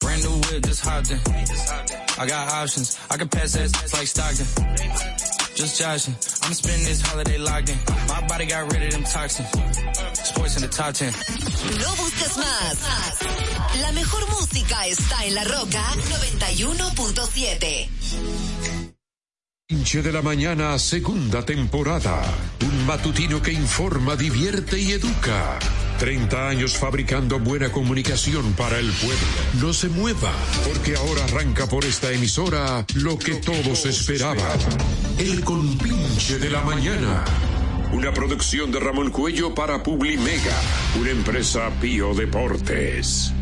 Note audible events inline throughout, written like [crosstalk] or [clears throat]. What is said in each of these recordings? Brand new whip, just hopped in. I got options. I can pass that it's like Stockton. Just joshing. I'm spending this holiday locked in. My body got rid of them toxins. Sports in the top 10. No busques más. La mejor música está en La Roca 91.7. Pinche de la mañana, segunda temporada. Un matutino que informa, divierte y educa. 30 años fabricando buena comunicación para el pueblo. No se mueva, porque ahora arranca por esta emisora lo que todos esperaban. El compinche de la mañana. Una producción de Ramón Cuello para Publimega, una empresa Pío Deportes.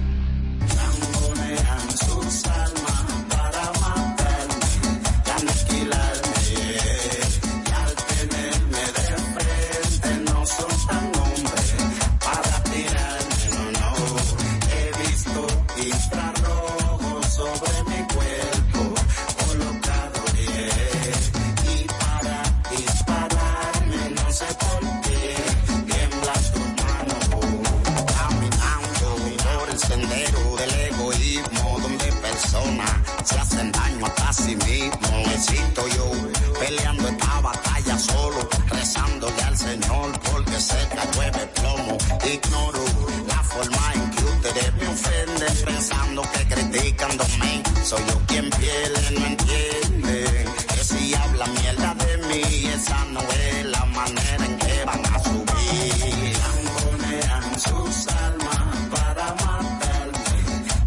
sendero del egoísmo donde personas se hacen daño hasta sí mismo. Necesito yo peleando esta batalla solo, rezándole al Señor porque se cayó el plomo. Ignoro la forma en que ustedes me ofenden pensando que criticándome soy yo quien pierde, no entiende que si habla mierda de mí esa no es la manera en que van a subir. Angonean sus almas para matarme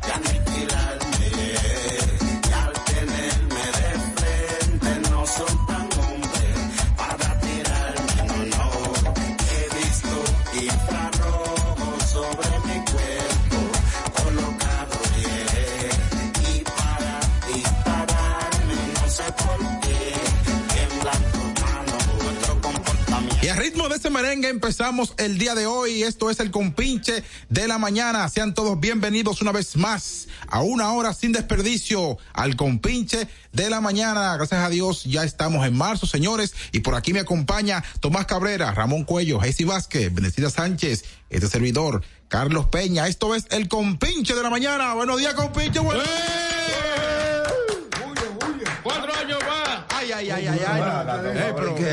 y aniquilarme. Y al tenerme de frente no son tan hombres para tirarme, no, no. He visto infrarrojo sobre mi cuerpo colocado bien. Y para dispararme no sé por qué tiemblan tus manos. Nuestro comportamiento. Y a ritmo de este merengue empezamos el día de hoy. Esto es el compinche de la mañana. Sean todos bienvenidos una vez más a una hora sin desperdicio al compinche de la mañana. Gracias a Dios ya estamos en marzo, señores. Y por aquí me acompaña Tomás Cabrera, Ramón Cuello, Jesse Vázquez, Benecida Sánchez, este servidor, Carlos Peña. Esto es el compinche de la mañana. Buenos días, compinche. Buenos Cuatro años más. Ay, ay, ay, ay, ay. no. Eh, pero- pues.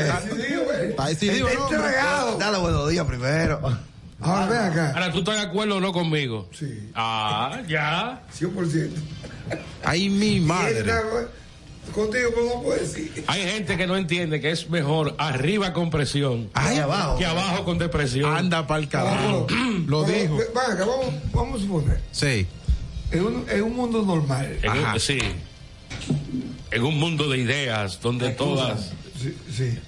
Está decidido, ¿no? Dale buenos días primero. Ah, Ahora ve acá, Ahora, ¿tú estás de acuerdo o no conmigo? Sí. Ah, ya. 100%. Ay, mi madre. Esta, güey, Contigo pues, no puedo decir. Hay gente que no entiende que es mejor arriba con presión Ay, abajo. que abajo con depresión. Anda pa'l carajo. Lo Pero, dijo. ve- Vaya, acá, vamos, vamos a suponer. Sí. En un, en un mundo normal. En un- Ajá. sí. En un mundo de ideas donde todas Sí. sí.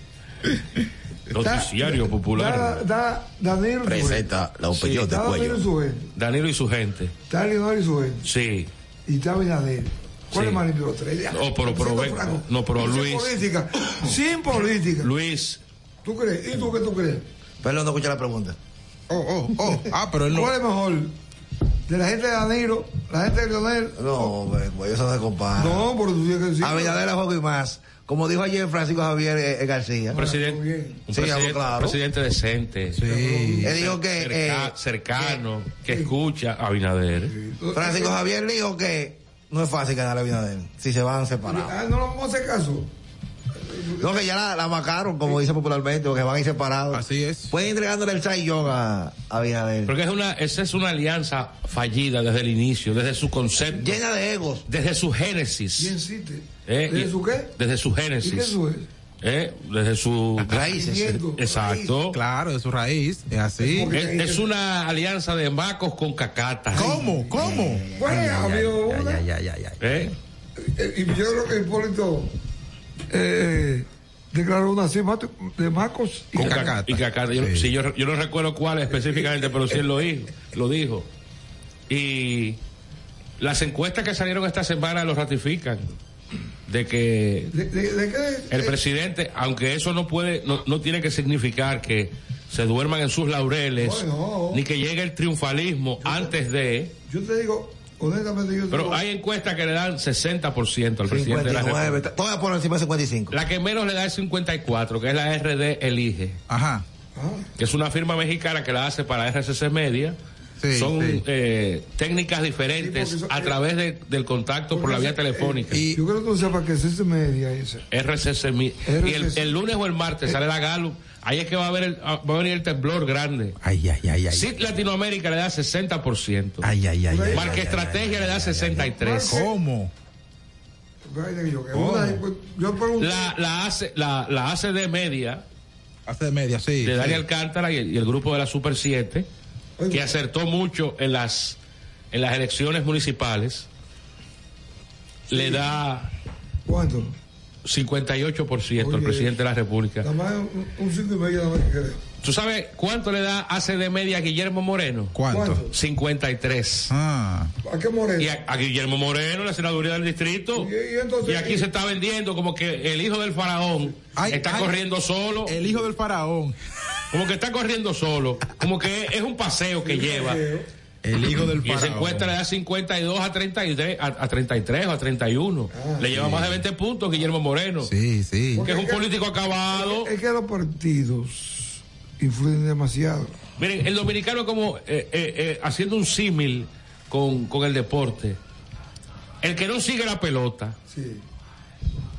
noticiario Da, popular. da Danilo su gente. Presenta la opinión de Está Danilo cuello. su gente. Danilo y su gente. Está Leonardo y su gente. Sí. Y está Binader. ¿Cuál Sí. es más limpio de los tres? Ya, No, pero- pero siendo ven, franco, no, pero sin Luis- política. Sin política. Luis. ¿Tú crees? ¿Y tú qué tú crees? Perdón, no escuché la pregunta. Oh, oh, oh. Ah, pero él no. ¿Cuál es mejor? ¿De la gente de Danilo? ¿La gente de Leonel? No, güey, güey, eso no Pues se compara. No, porque tú tienes que decir. A Verdadera Juego y más. Como dijo ayer Francisco Javier eh, eh, García. Presidente, Ah, muy bien. un Sí, presidente, claro. presidente decente, Él dijo que cerca- eh, cercano, que eh. escucha a Abinader. Francisco Javier dijo que no es fácil ganar la vida de él si se van separados. Ah, no lo vamos a hacer caso. No, que ya la, la macaron, como dice popularmente, o que van a ir separados. Así es. Pueden ir entregándole el saiyón a, a Abinader. Porque es una, esa es una alianza fallida desde el inicio, desde su concepto, Llena de egos. desde su génesis. ¿Quién insiste? Eh, ¿Desde y- su qué? Desde su ¿Y génesis. qué eso es? Eh, desde su Raíces. Nieto, Exacto. Claro, de su raíz. Es así. Es, es una alianza de macos con cacatas. ¿Cómo? ¿Cómo? raíz. Bueno, amigo, una- Eh, eh, Y yo creo que Hipólito eh, declaró una así Mato- de Marcos y con Con caca- cacatas. Y cacatas. Yo, sí, yo, yo no recuerdo cuál específicamente, pero sí él lo dijo. Lo dijo. Y las encuestas que salieron esta semana lo ratifican. De que ¿De, de, de qué? El Eh, presidente, aunque eso no puede, no, no tiene que significar que se duerman en sus laureles, Bueno. ni que llegue el triunfalismo antes de. Yo te digo, honestamente, yo te Pero digo, hay encuestas que le dan 60% al presidente de la 59, República. está- todavía por encima de 55. La que menos le da es 54, que es la RD Elige, Ajá. ah, que es una firma mexicana que la hace para RCC Media Sí, son sí. eh, técnicas diferentes Sí, porque eso- a través de- del contacto por la vía eh, telefónica. Y yo creo que tú sepas que es ese media ese. RCC. mi- RCC. Y el, el lunes o el Eh. martes sale la Galo. Ahí es que va a, haber el- ah, va a venir el temblor grande. Ay, ay, ay, ay. Si Latinoamérica le da 60%. Ay, ay, ay, ay, Marca ay, ay, Estrategia le da 63. ¿Cómo? Vaina que Yo, que una- pues, yo pregunté. La, la, AC la, la ACD Media Hace de media, sí. de sí. Dani Alcántara y el, y el grupo de la Super 7, Oye. que acertó mucho en las, en las elecciones municipales, le da ¿Cuánto? 58% al Oye. presidente de la República. Nada más un, un cinco y medio, nada más que creo. ¿Tú sabes cuánto le da ACD Media a Guillermo Moreno? ¿Cuánto? ¿Cuánto? 53. Ah, ¿A qué moreno? Y a, a Guillermo Moreno, la senaduría del distrito. Y- y entonces- Y aquí se está vendiendo como que el hijo del faraón Ay, está ay. corriendo solo. el hijo del faraón. Como que está corriendo solo. Como que es un paseo que lleva. El hijo del Y faraón. esa encuesta le da 52 a 33, a, a 33 o a 31. Ah, le lleva más de 20 puntos Guillermo Moreno, Sí, sí. que es un político acabado. Es que los partidos influyen demasiado. Miren, el dominicano como eh, eh, eh, haciendo un símil con, con el deporte. El que no sigue la pelota, Sí.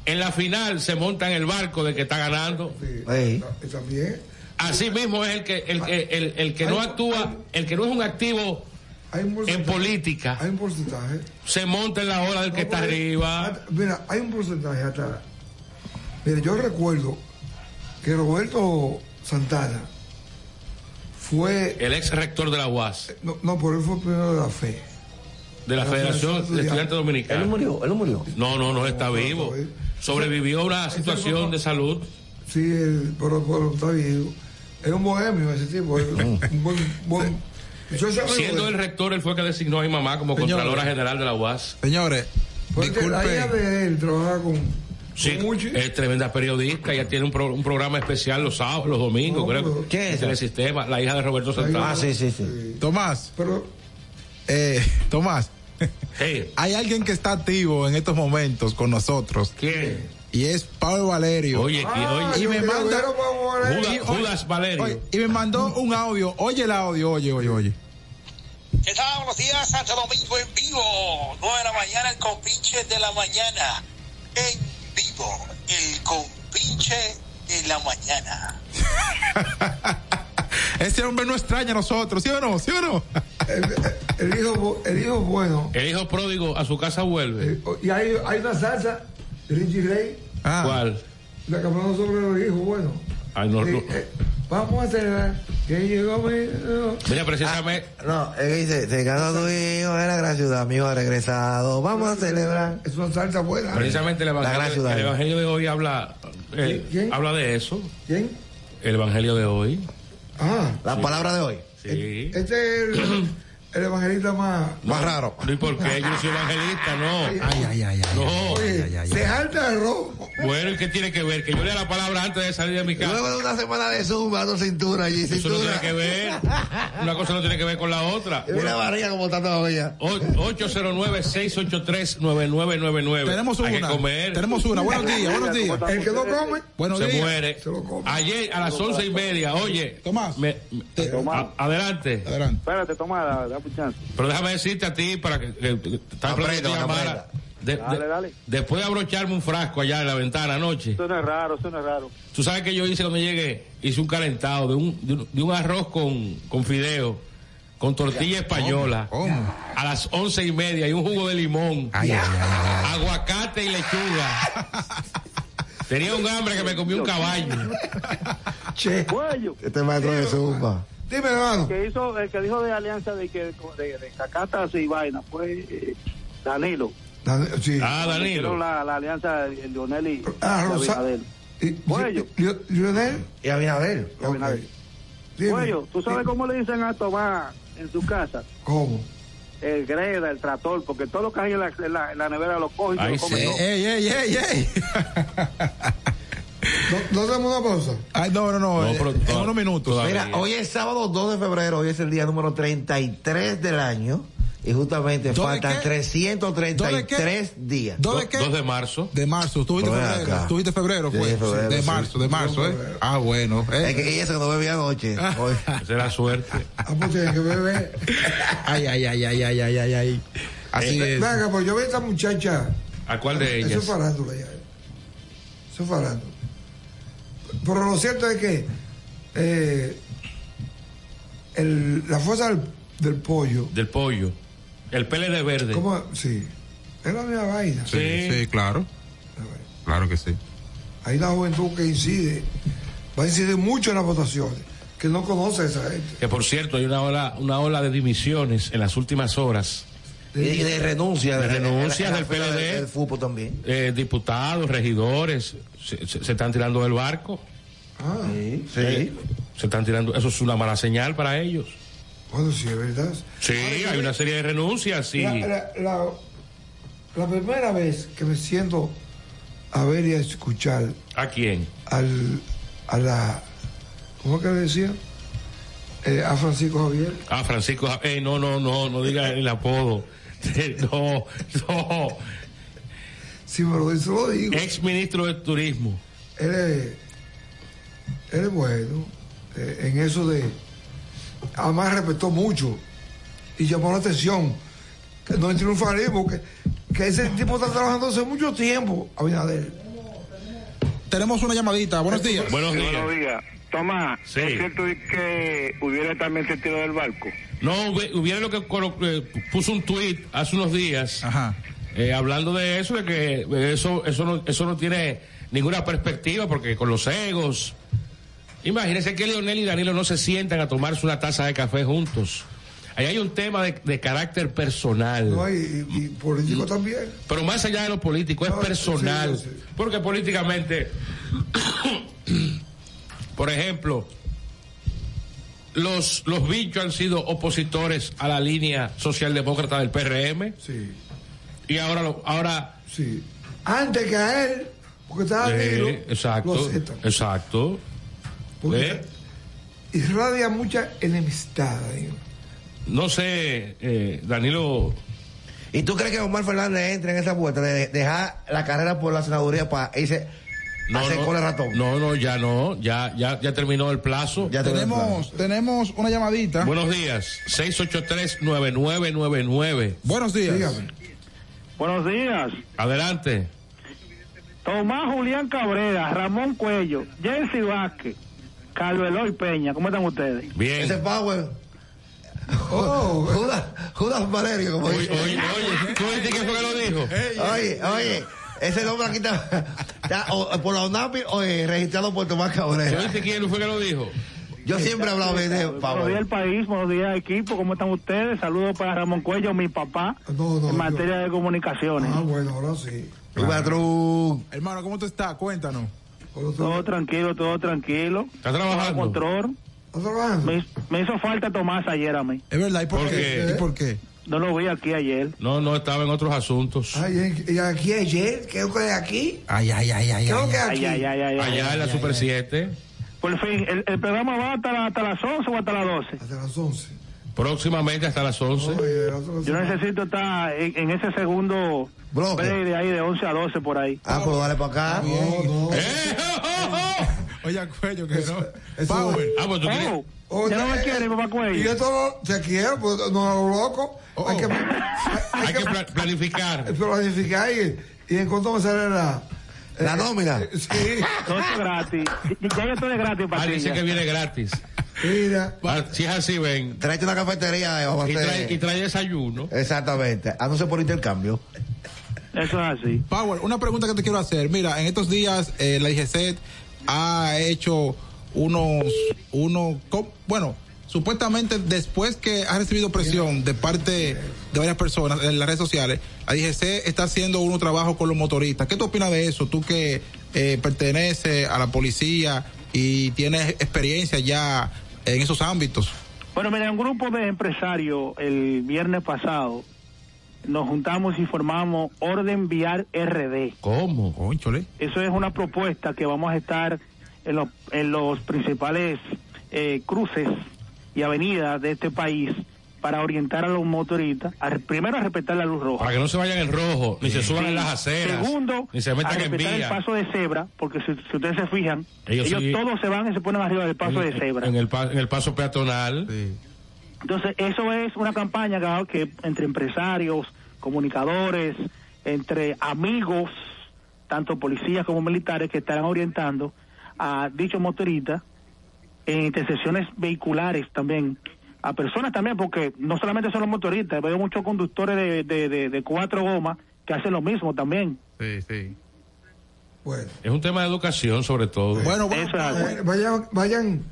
en la final se monta en el barco de que está ganando. sí. Ey. Ta- También Así mismo es el que, el, que- el- el que no actúa, el que no es un activo hay un en porcentaje. política, Hay un porcentaje. se monta en la ola del que está arriba. Hasta- ah, Mira, hay un porcentaje hasta. Mira, yo recuerdo que Roberto Santana fue. El ex rector de la UAS, No, no, por él fue el primero de la fe. de la La Federación Federación de Estudiantes Él no Dominicanos. murió, él no murió. No, no, no está vivo. está vivo. Sobrevivió a una este situación de salud. Sí, él, pero, pero está bien. Era un bohemio ese tipo. Mm. era un buen, buen- yo sabía- Siendo el rector, él fue que designó a mi mamá como Señores. Contralora General de la UAS. Señores, Porque la hija disculpen. de él trabajaba con, Sí, con Uchi. es tremenda periodista, ella tiene un, pro- un programa especial los sábados, los domingos, No, creo. pero- ¿Qué es En el esa? sistema, la hija de Roberto Santana. Ah, sí, sí, sí. Sí. Tomás, Pero eh, Tomás, Hey, hay alguien que está activo en estos momentos con nosotros ¿quién? y es Pablo Valerio. Oye, qui- Ah, oye, y yo me creo manda- que era Pablo Valerio. Judas, Judas Valerio. Oye, y me mandó un audio. Oye el audio, oye, oye, oye. ¿Qué tal? Buenos días, Santo Domingo en vivo. 9 de la mañana, el compinche de la mañana. En vivo, el compinche de la mañana. Ese hombre no extraña a nosotros, ¿sí o no? ¿Sí o no? el, el hijo, bu- el hijo bueno. El hijo pródigo a su casa vuelve. eh, Y hay, hay una salsa de Richie Rey, Ah, ¿Cuál? la que hablamos sobre los hijos buenos. Ay, no, Eh, no. eh, vamos a celebrar que llegó mi. no. Mira, precisamente. Ah, No, él dice, se casó tu hijo, era gran ciudad, mi hijo ha regresado, vamos a celebrar. Es una salsa Ah, buena. Precisamente el gran evangelio, ciudad. el evangelio de hoy habla, eh, ¿Quién? ¿Quién? habla de eso. ¿Quién? El evangelio de hoy. Ah, La palabra de hoy. Sí. este es el, el evangelista más. más raro. No, ¿y por qué? Yo no soy evangelista, no. Ay, ay, ay, ay. No. Oye, ay, ay, se jalta de robo. Bueno, ¿y qué tiene que ver? Que yo lea la palabra antes de salir de mi casa. Luego de una semana de zumba, dos cinturas y Eso no tiene cintura. que ver. Una cosa no tiene que ver con la otra. Una barriga como está todavía. O- 809-683-9999. Tenemos Hay que una. comer. Tenemos una. Buenos días, buenos días. El que no come. Buenos se días. muere. Se lo come. Ayer a las once y media, oye. Tomás. me- me- a- adelante. Adelante. Espérate, toma, da- da un chance. Pero déjame decirte a ti para que, que- que- que- tan pronto te Aprenda, llamara. aprenda. De- Dale, de- dale. Después de abrocharme un frasco allá en la ventana anoche. Eso no es raro, eso no es raro. Tú sabes que yo hice cuando llegué, hice un calentado de un, de un, de un arroz con, con fideo, con tortilla española, ¿Cómo? a las once y media, y un jugo de limón, Ay, ay, ay, ay, ay. aguacate y lechuga. Tenía un hambre que me comí un caballo. Che. Cuello, Este maestro de zumba. [laughs] Dime, hermano. que hizo, el que dijo de alianza de que de, de cacatas y vaina, fue eh, Danilo. Dan- Sí. Ah, Hicieron Danilo. la, la alianza de Leonel y, Ah, y Rosa- Abinadel. Y- Cuello. y- y- Lionel. Y Abinader. Y Abinadel. Dime. Cuello, ¿tú sabes cómo le dicen a Tomás en su casa? ¿Cómo? El greda, el trator, porque todo lo que hay en la, en la, en la nevera lo coge y se Ay, lo come sí. todo. Ey, ey, ey, ey. ¿No, no hacemos una pausa? Ay, no, no, no. No, eh, pero en toda- unos minutos. toda- Mira, hoy es sábado 2 de febrero, hoy es el día número 33 del año. Y justamente ¿Dos de faltan qué? 333 días. ¿Dos de qué? de marzo. De marzo. ¿Tuviste Ven febrero? acá. ¿Tuviste febrero? Sí, Pues? febrero, de sí. marzo, de marzo, ¿eh? Ah, bueno. eh. Ah. Es que y eso que no bebí anoche. [laughs] Hoy. Esa es la [laughs] suerte. Ah, pues tiene que beber. Ay, ay, ay, ay, ay, ay, ay, ay. Así Eh, es. Venga, pues yo veo a esta muchacha. ¿A cuál de Eso ellas? es farándula ya. eh. Eso es farándula. Pero lo cierto es que eh, el- la fuerza del, del pollo, Del pollo. El pele de verde. ¿cómo? Sí, es la misma vaina. Sí, sí, claro. Claro que sí. Hay una juventud que incide, va a incidir mucho en las votaciones, que no conoce a esa gente. Que por cierto, hay una ola, una ola de dimisiones en las últimas horas. Y y de renuncia. De en- en- renuncias en la del fila PLD. del- Del fútbol también. Eh, diputados, regidores, se, se- se están tirando del barco. Ah, Sí. Eh, se están tirando. Eso es una mala señal para ellos. Bueno, sí, es verdad. Sí, hay una serie de renuncias y. La, la- la- la primera vez que me siento a ver y a escuchar ¿A quién? al, a la, ¿cómo es que le decía? Eh, a Francisco Javier. Ah, Francisco. Ja- eh, no, no, no, no diga el apodo. [laughs] No, no. Si me lo dice, lo digo. Ex ministro de Turismo. Él es, él es bueno eh, en eso de... Además respetó mucho y llamó la atención. Que no es triunfalismo, que, que ese tipo está trabajando hace mucho tiempo, Abinader. Tenemos una llamadita. Buenos días. Ah, Buenos Sí, días. buenos días. Tomás, Sí. ¿es cierto que hubiera también se tirado del barco? No, hubi- hubiera lo que colo- eh, puso un tuit hace unos días. Ajá. Eh, hablando de eso, de que eh, eso, eso, no, eso no tiene ninguna perspectiva, porque con los egos. Imagínense que Leonel y Danilo no se sientan a tomarse una taza de café juntos. Ahí hay un tema de, de carácter personal. Mm. ¿no? Y, y- y político también. Pero más allá de lo político, es No, personal. sí, sí. Porque políticamente, [coughs] por ejemplo, los, los bichos han sido opositores a la línea socialdemócrata del PRM Sí, y ahora, lo- ahora sí. Antes que a él, porque Ah, estaba Eh, negro, lo exacto, aceptan. exacto. Porque Eh. irradia mucha enemistad. ahí. No sé, eh, Danilo, ¿Y tú crees que Omar Fernández entra en esa puerta de dejar la carrera por la senaduría para irse no, a hacer no, cola ratón? No, no, ya no, ya, ya, ya terminó el plazo. Ya te doy el plan. Tenemos, tenemos una llamadita. Buenos días, 683-9999. Buenos días. Dígame. Buenos días. Adelante. Tomás Julián Cabrera, Ramón Cuello, Jensi Vázquez, Carlos Eloy Peña, ¿cómo están ustedes? Ese Bien. Oh. Power. Judas, Judas Valerio, como Oye, dice. oye, oye, ¿tú viste quién fue que lo dijo? Oye, oye, ese nombre aquí está, está, o- o por la UNAPI o eh, registrado por Tomás ¿Tú Cabrera. viste quién fue que lo dijo? Yo siempre he hablado bien de Buenos días, Power. el país, buenos días, equipo, ¿cómo están ustedes? Saludos para Ramón Cuello, mi papá, No, no, en materia yo- de comunicaciones. Ah, bueno, ahora sí. Cuatro- Hermano, ¿cómo tú estás? Cuéntanos. Ahora tú- Todo tranquilo, todo tranquilo. ¿Está trabajando? Bajo Control. ¿Estás trabajando? Me, me hizo falta Tomás ayer a mí. Es verdad. ¿Y por, ¿Por qué? qué? ¿Y por qué? No lo vi aquí ayer. No, no, estaba en otros asuntos. Ay, y- y aquí ayer, creo que aquí. Ay, ay, ay, ay. Creo ay, que ay. aquí. Ay, ay, ay, ay, ay. Allá en la Super 7. Por fin, el, el programa va hasta, la- hasta las 11 o hasta las 12. Hasta las 11. Próximamente hasta las 11. Oye, hasta las Yo 11. necesito estar en, en ese segundo Bloque. break de ahí de 11 a 12 por ahí. Ah, pues dale para acá. No, no. ¡Eh! Oye, al cuello, que no. eso- Power. Ah, pues tú quieres- Oh, ya no me quiere, papá Y Cuello. yo todo te quiero, pues no lo loco. Oh. Hay que, [laughs] hay, Hay que que pla- planificar. [laughs] planificar y, y en cuanto me sale la. eh, La nómina. [laughs] Sí, No esto es gratis. Ya ya yo estoy de gratis, Ah, dice que Patilla. viene gratis. mira. Ah, si es así, ven. Tráete una cafetería. eh, Y vamos a hacer- trae, y trae desayuno. Exactamente. Ah, no sé por intercambio. Eso es así. Power, una pregunta que te quiero hacer. Mira, en estos días eh, la IGC ha hecho unos, uno, co- bueno, supuestamente después que ha recibido presión de parte de varias personas en las redes sociales, la IGC está haciendo un trabajo con los motoristas. ¿Qué tú opinas de eso? Tú que eh, perteneces a la policía y tienes experiencia ya en esos ámbitos. Bueno, mira, un grupo de empresarios el viernes pasado nos juntamos y formamos Orden Vial RD. ¿Cómo? Cónchole. Eso es una propuesta que vamos a estar en los, en los principales eh, cruces y avenidas de este país para orientar a los motoristas, a re- primero a respetar la luz roja. Para que no se vayan en rojo, ni se suban Sí. en las aceras, Segundo, ni se metan a en respetar el vías. paso de cebra, porque si, si ustedes se fijan, Ellos ellos, sí- todos se van y se ponen arriba del paso de En- cebra. En el, pa- en el paso peatonal. Entonces, eso es una campaña Gao, que entre empresarios, comunicadores, entre amigos, tanto policías como militares, que estarán orientando a dichos motoristas en intersecciones vehiculares también, a personas también, porque no solamente son los motoristas, veo muchos conductores de, de, de- de cuatro gomas que hacen lo mismo también. Sí, sí. Bueno. Es un tema de educación, sobre todo. Eh, vayan, vayan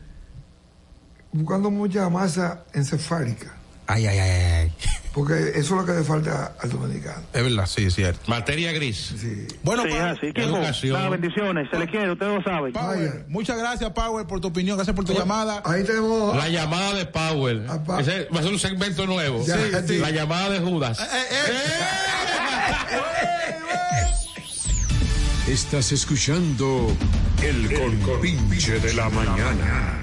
buscando mucha masa encefálica. Ay, ay, ay, ay. Porque eso es lo que le falta al dominicano. Es verdad, sí, es cierto. Materia gris. Bueno, Sí, Power, así, Kiko, nada, bendiciones, se les quiere, ustedes lo saben. Power, muchas gracias, Power, por tu opinión. Gracias por tu llamada. Ahí tenemos. La llamada de Powell. Ese va a ser un segmento nuevo. Ya, sí. La llamada de Judas. Estás escuchando El Compinche de la Mañana.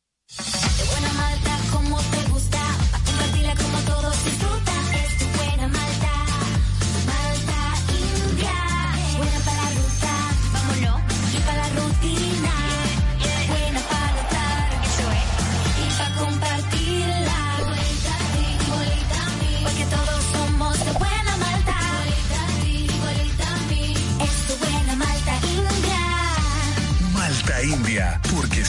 buena malta como te gusta, pa' compartirla como todos disfrutan. Es tu buena malta, malta india. Buena para la ruta, vámonos, y para la rutina. Buena para notar, eso es. Y para compartirla. Igualita a ti, igualita a mí. Porque todos somos de buena malta. Igualita a ti, igualita a mí. Es tu buena malta india. Malta India, porque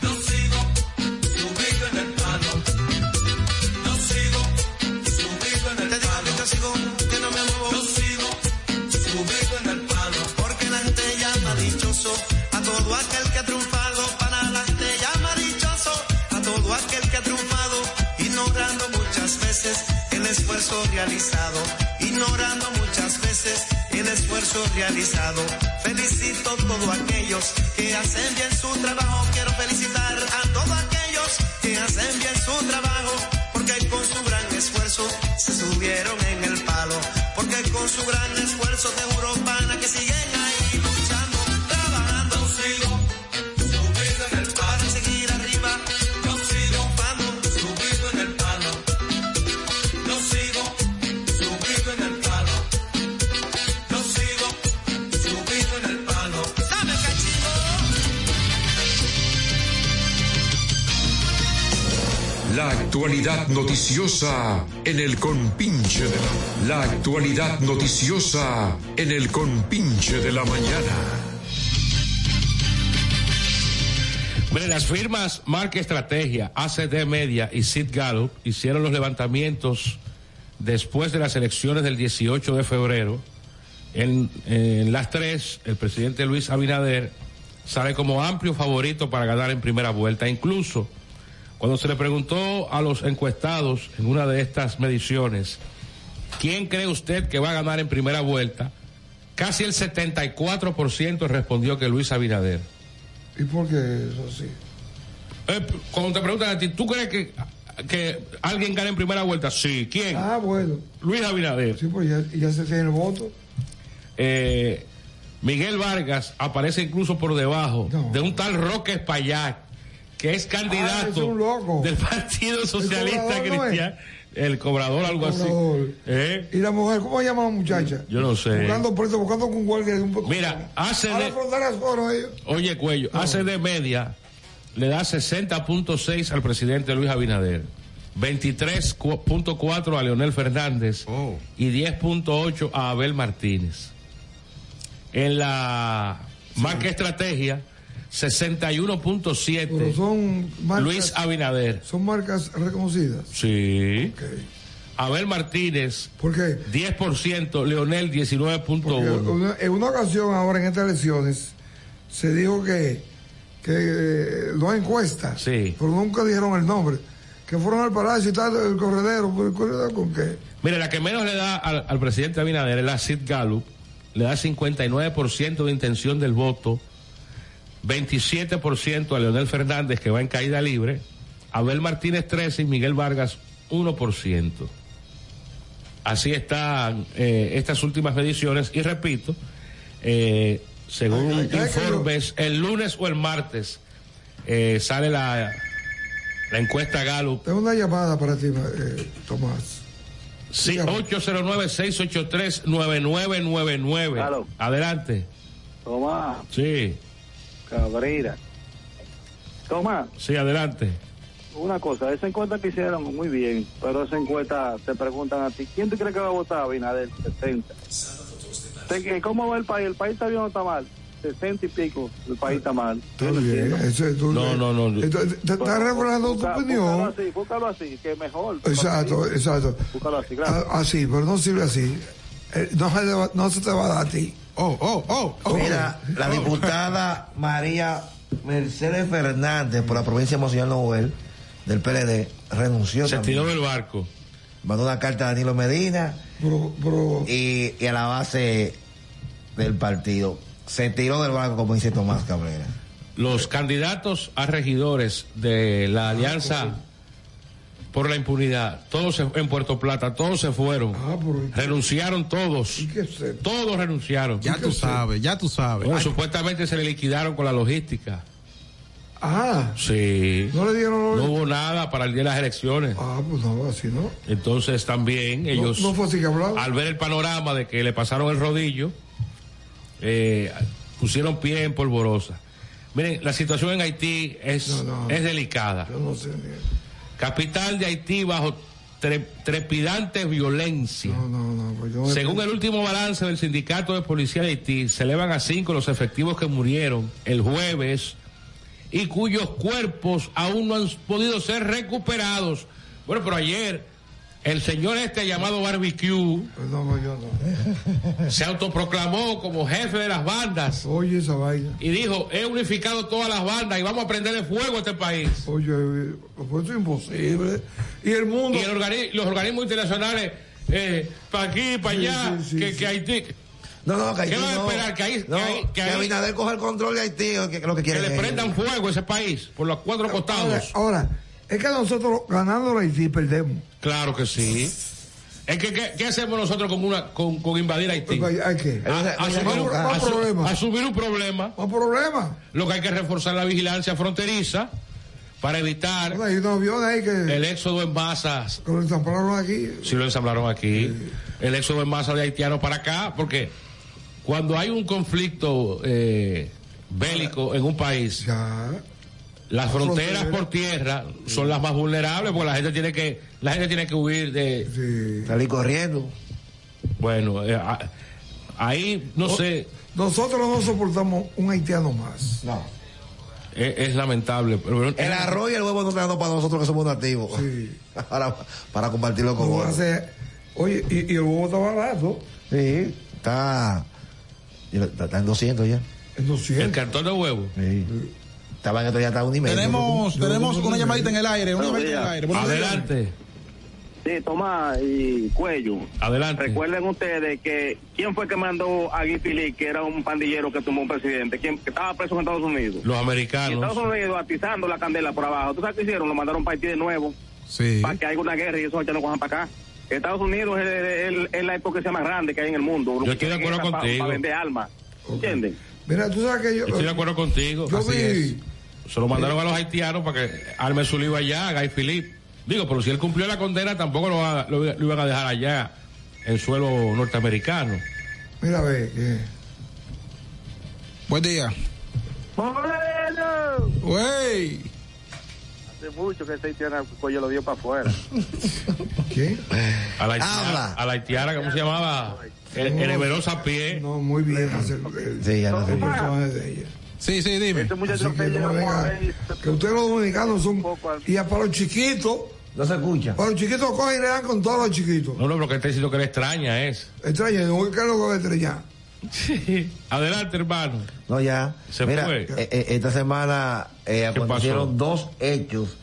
Yo sigo subido en el palo. Yo sigo subido en el Te digo que yo sigo, que no me muevo. Yo sigo subido en el palo. Porque la gente llama dichoso a todo aquel que ha triunfado. Para la gente llama dichoso a todo aquel que ha triunfado. Ignorando muchas veces el esfuerzo realizado. Ignorando muchas veces el esfuerzo realizado. Felicito a todos aquellos que hacen bien su trabajo. Quiero felicitar a todos aquellos que hacen bien su trabajo. Porque con su gran esfuerzo se subieron en el palo. Porque con su gran esfuerzo te juro, pana, que siguen ahí luchando, trabajando. Yo sigo subido en el palo. Para seguir arriba, yo sigo palo, subido en el palo. Yo sigo subido en el palo. Yo sigo subido en el palo. Dame cachito. La actualidad noticiosa en el Compinche de la La actualidad noticiosa en el Compinche de la Mañana. Mire, las firmas Marca Estrategia, ACD Media y Sid Gallup hicieron los levantamientos después de las elecciones del 18 de febrero. En, en las tres, el presidente Luis Abinader sale como amplio favorito para ganar en primera vuelta. Incluso cuando se le preguntó a los encuestados en una de estas mediciones, ¿quién cree usted que va a ganar en primera vuelta? Casi el 74% respondió que Luis Abinader. ¿Y por qué eso sí? Eh, p- cuando te preguntan a ti, ¿tú crees que, que alguien gane en primera vuelta? Sí, ¿quién? Ah, bueno. Luis Abinader. Sí, pues ya, ya se tiene el voto. Eh, Miguel Vargas aparece incluso por debajo de un tal Roque Espaillat, que es Ah, es candidato un loco. del Partido Socialista cobrador, ¿no es? Cristiano. El cobrador, algo Cobrador. así. ¿Eh? Y la mujer, ¿cómo se llama la muchacha? Yo no sé. Buscando preso, buscando con guardia de un poco. Mira, hace A la de- frontera solo ellos. Oye, Cuello, Ah. ACD Media le da 60.6 al presidente Luis Abinader, 23.4 a Leonel Fernández Oh. y 10.8 a Abel Martínez. En la marca estrategia, 61.7 marcas- Luis Abinader. Son marcas reconocidas. Sí. Abel Martínez, 10%, Leonel Porque 19.1. una- en una ocasión ahora en estas elecciones se dijo que, que eh, no hay encuestas, pero nunca dijeron el nombre. Que fueron al palacio y tal, el corredero, pero el corredero con qué. Mira, la que menos le da al, al presidente Abinader es la Sid Gallup, le da 59% de intención del voto, 27% a Leonel Fernández, que va en caída libre, Abel Martínez 13 y Miguel Vargas 1%. Así están eh, estas últimas mediciones y repito, eh, según informes, el lunes o el martes eh, sale la, la encuesta Gallup Tengo una llamada para ti, eh, Tomás. Sí, 809-683-9999. Aló. Adelante. Tomás Sí, Cabrera. Tomás, sí, adelante. una cosa, esa encuesta que hicieron muy bien, pero esa encuesta te preguntan a ti, ¿quién tú crees que va a votar Abinader? 60. Sé que, ¿Cómo va el país? ¿El país está bien o está mal? 60 y pico, el país está mal. Está bien, eso es- tú- No, no, no. Entonces, te estás reflejando tu Busca- opinión. Búscalo así, búscalo así, que es mejor. Exacto, exacto. Ah, Búscalo así, gracias. A- Así, pero no sirve así. Eh, No se, le va- no se te va a dar a ti. Oh, oh, oh. Mira, la diputada María Mercedes Fernández por la provincia de Monseñor Noel del PLD renunció. Se también. tiró del barco. Mandó una carta a Danilo Medina Y, y a la base del partido. Se tiró del barco, como dice Tomás Cabrera. Los candidatos a regidores de Ah, la pues Alianza por la Impunidad, todos se- en Puerto Plata, todos se fueron. Ah, Renunciaron todos. Todos renunciaron. Ya tú sabes, ya tú sabes. Bueno, Ay, supuestamente se le liquidaron con la logística. Ah, Sí. no le dieron. No hubo nada para el día de las elecciones. Ah, pues no, así no. Entonces también ellos... No, no fue así que hablaba. al ver el panorama de que le pasaron el rodillo, eh, pusieron pie en polvorosa. Miren, la situación en Haití es, es delicada. Capital de Haití bajo tre- trepidante violencia. pues Según el último balance del Sindicato de Policía de Haití, se elevan a cinco los efectivos que murieron el jueves y cuyos cuerpos aún no han podido ser recuperados. Bueno, pero ayer el señor este llamado Barbecue No, yo [laughs] no. se autoproclamó como jefe de las bandas Oye, esa vaina. y dijo, he unificado todas las bandas y vamos a prenderle fuego a este país. Oye, eh, pues eso es imposible. Y el mundo. Y el organi- los organismos internacionales, para aquí, para allá, que, que Haití... No, no, que Haití ¿Qué van a no. esperar? Que ahí... No, que ahí- que que ahí- Abinader coja el control de Haití, que, que lo que que quieren le es- prendan fuego a ese país por los cuatro Ahora, costados. ahora, es que nosotros ganando la Haití perdemos. Claro que sí. Es que, ¿qué, qué hacemos nosotros con, una, con, con invadir Haití? ¿Hay que? A- Ah, asumir un- Más asu- problemas. asumir un problema. Más problemas. Lo que hay que reforzar la vigilancia fronteriza para evitar Hay unos aviones ahí que el éxodo en masas. que lo ensamblaron aquí. Si lo ensamblaron aquí, el éxodo en masa de haitianos para acá, porque cuando hay un conflicto eh, bélico en un país, las fronteras por tierra son las más vulnerables, porque la gente tiene que, la gente tiene que huir de salir corriendo. Bueno, eh, a- ahí no sé. Nosotros no soportamos un haitiano más. No. Es, es lamentable. Pero, El arroz y el huevo no están dando para nosotros que somos nativos. [laughs] Para, para compartirlo con No va a otros. ser- Oye, y, y el huevo está barato. Sí, está, está, está en 200 ya. En 200. El cartón de huevo. Sí. Estaba en esto ya está un y medio. Tenemos, tenemos una llamadita en el aire, una Buenos llamadita en el días. aire. Buenos días. Sí, Tomás y Cuello. Adelante. Recuerden ustedes que quién fue que mandó a Guy Philip, que era un pandillero que tomó un presidente, ¿Quién- que estaba preso en Estados Unidos. Los Y Estados americanos. Unidos atizando la candela por abajo. ¿Tú sabes qué hicieron? Lo mandaron para Haití de nuevo. Sí. Para que haya una guerra y esos haitianos cojan para acá. Estados Unidos es, es- es la hipocresía más grande que hay en el mundo. Yo estoy de acuerdo Para- contigo. Para vender armas. ¿Entiendes? Mira, tú sabes que yo. Estoy de acuerdo contigo. Yo Así vi- es. Se lo mandaron a los haitianos para que arme su lío allá, a Guy Philip. Digo, pero si él cumplió la condena, tampoco lo, va- lo- lo iban a dejar allá, en suelo norteamericano. Mira, ve. que- eh. Buen día. ¡Moreno! ¡Wey! Hace mucho que ese haitiano Cuello lo dio para afuera. ¿Quién? A Habla. la haitiana, a la haitiana ¿cómo se llamaba? El, el Everosa Pie. No, muy bien. Sí, ya no Sí, sí, dime. que, no venga, que ustedes los dominicanos son. Y a para los chiquitos. No se escucha. Para los chiquitos cogen y le dan con todos los chiquitos. No, no, pero que está diciendo que le extraña es. Extraña, no voy a lo que voy a extrañar. Adelante, hermano. No, ya. Se Mira, fue. eh, eh, esta semana eh, acontecieron dos hechos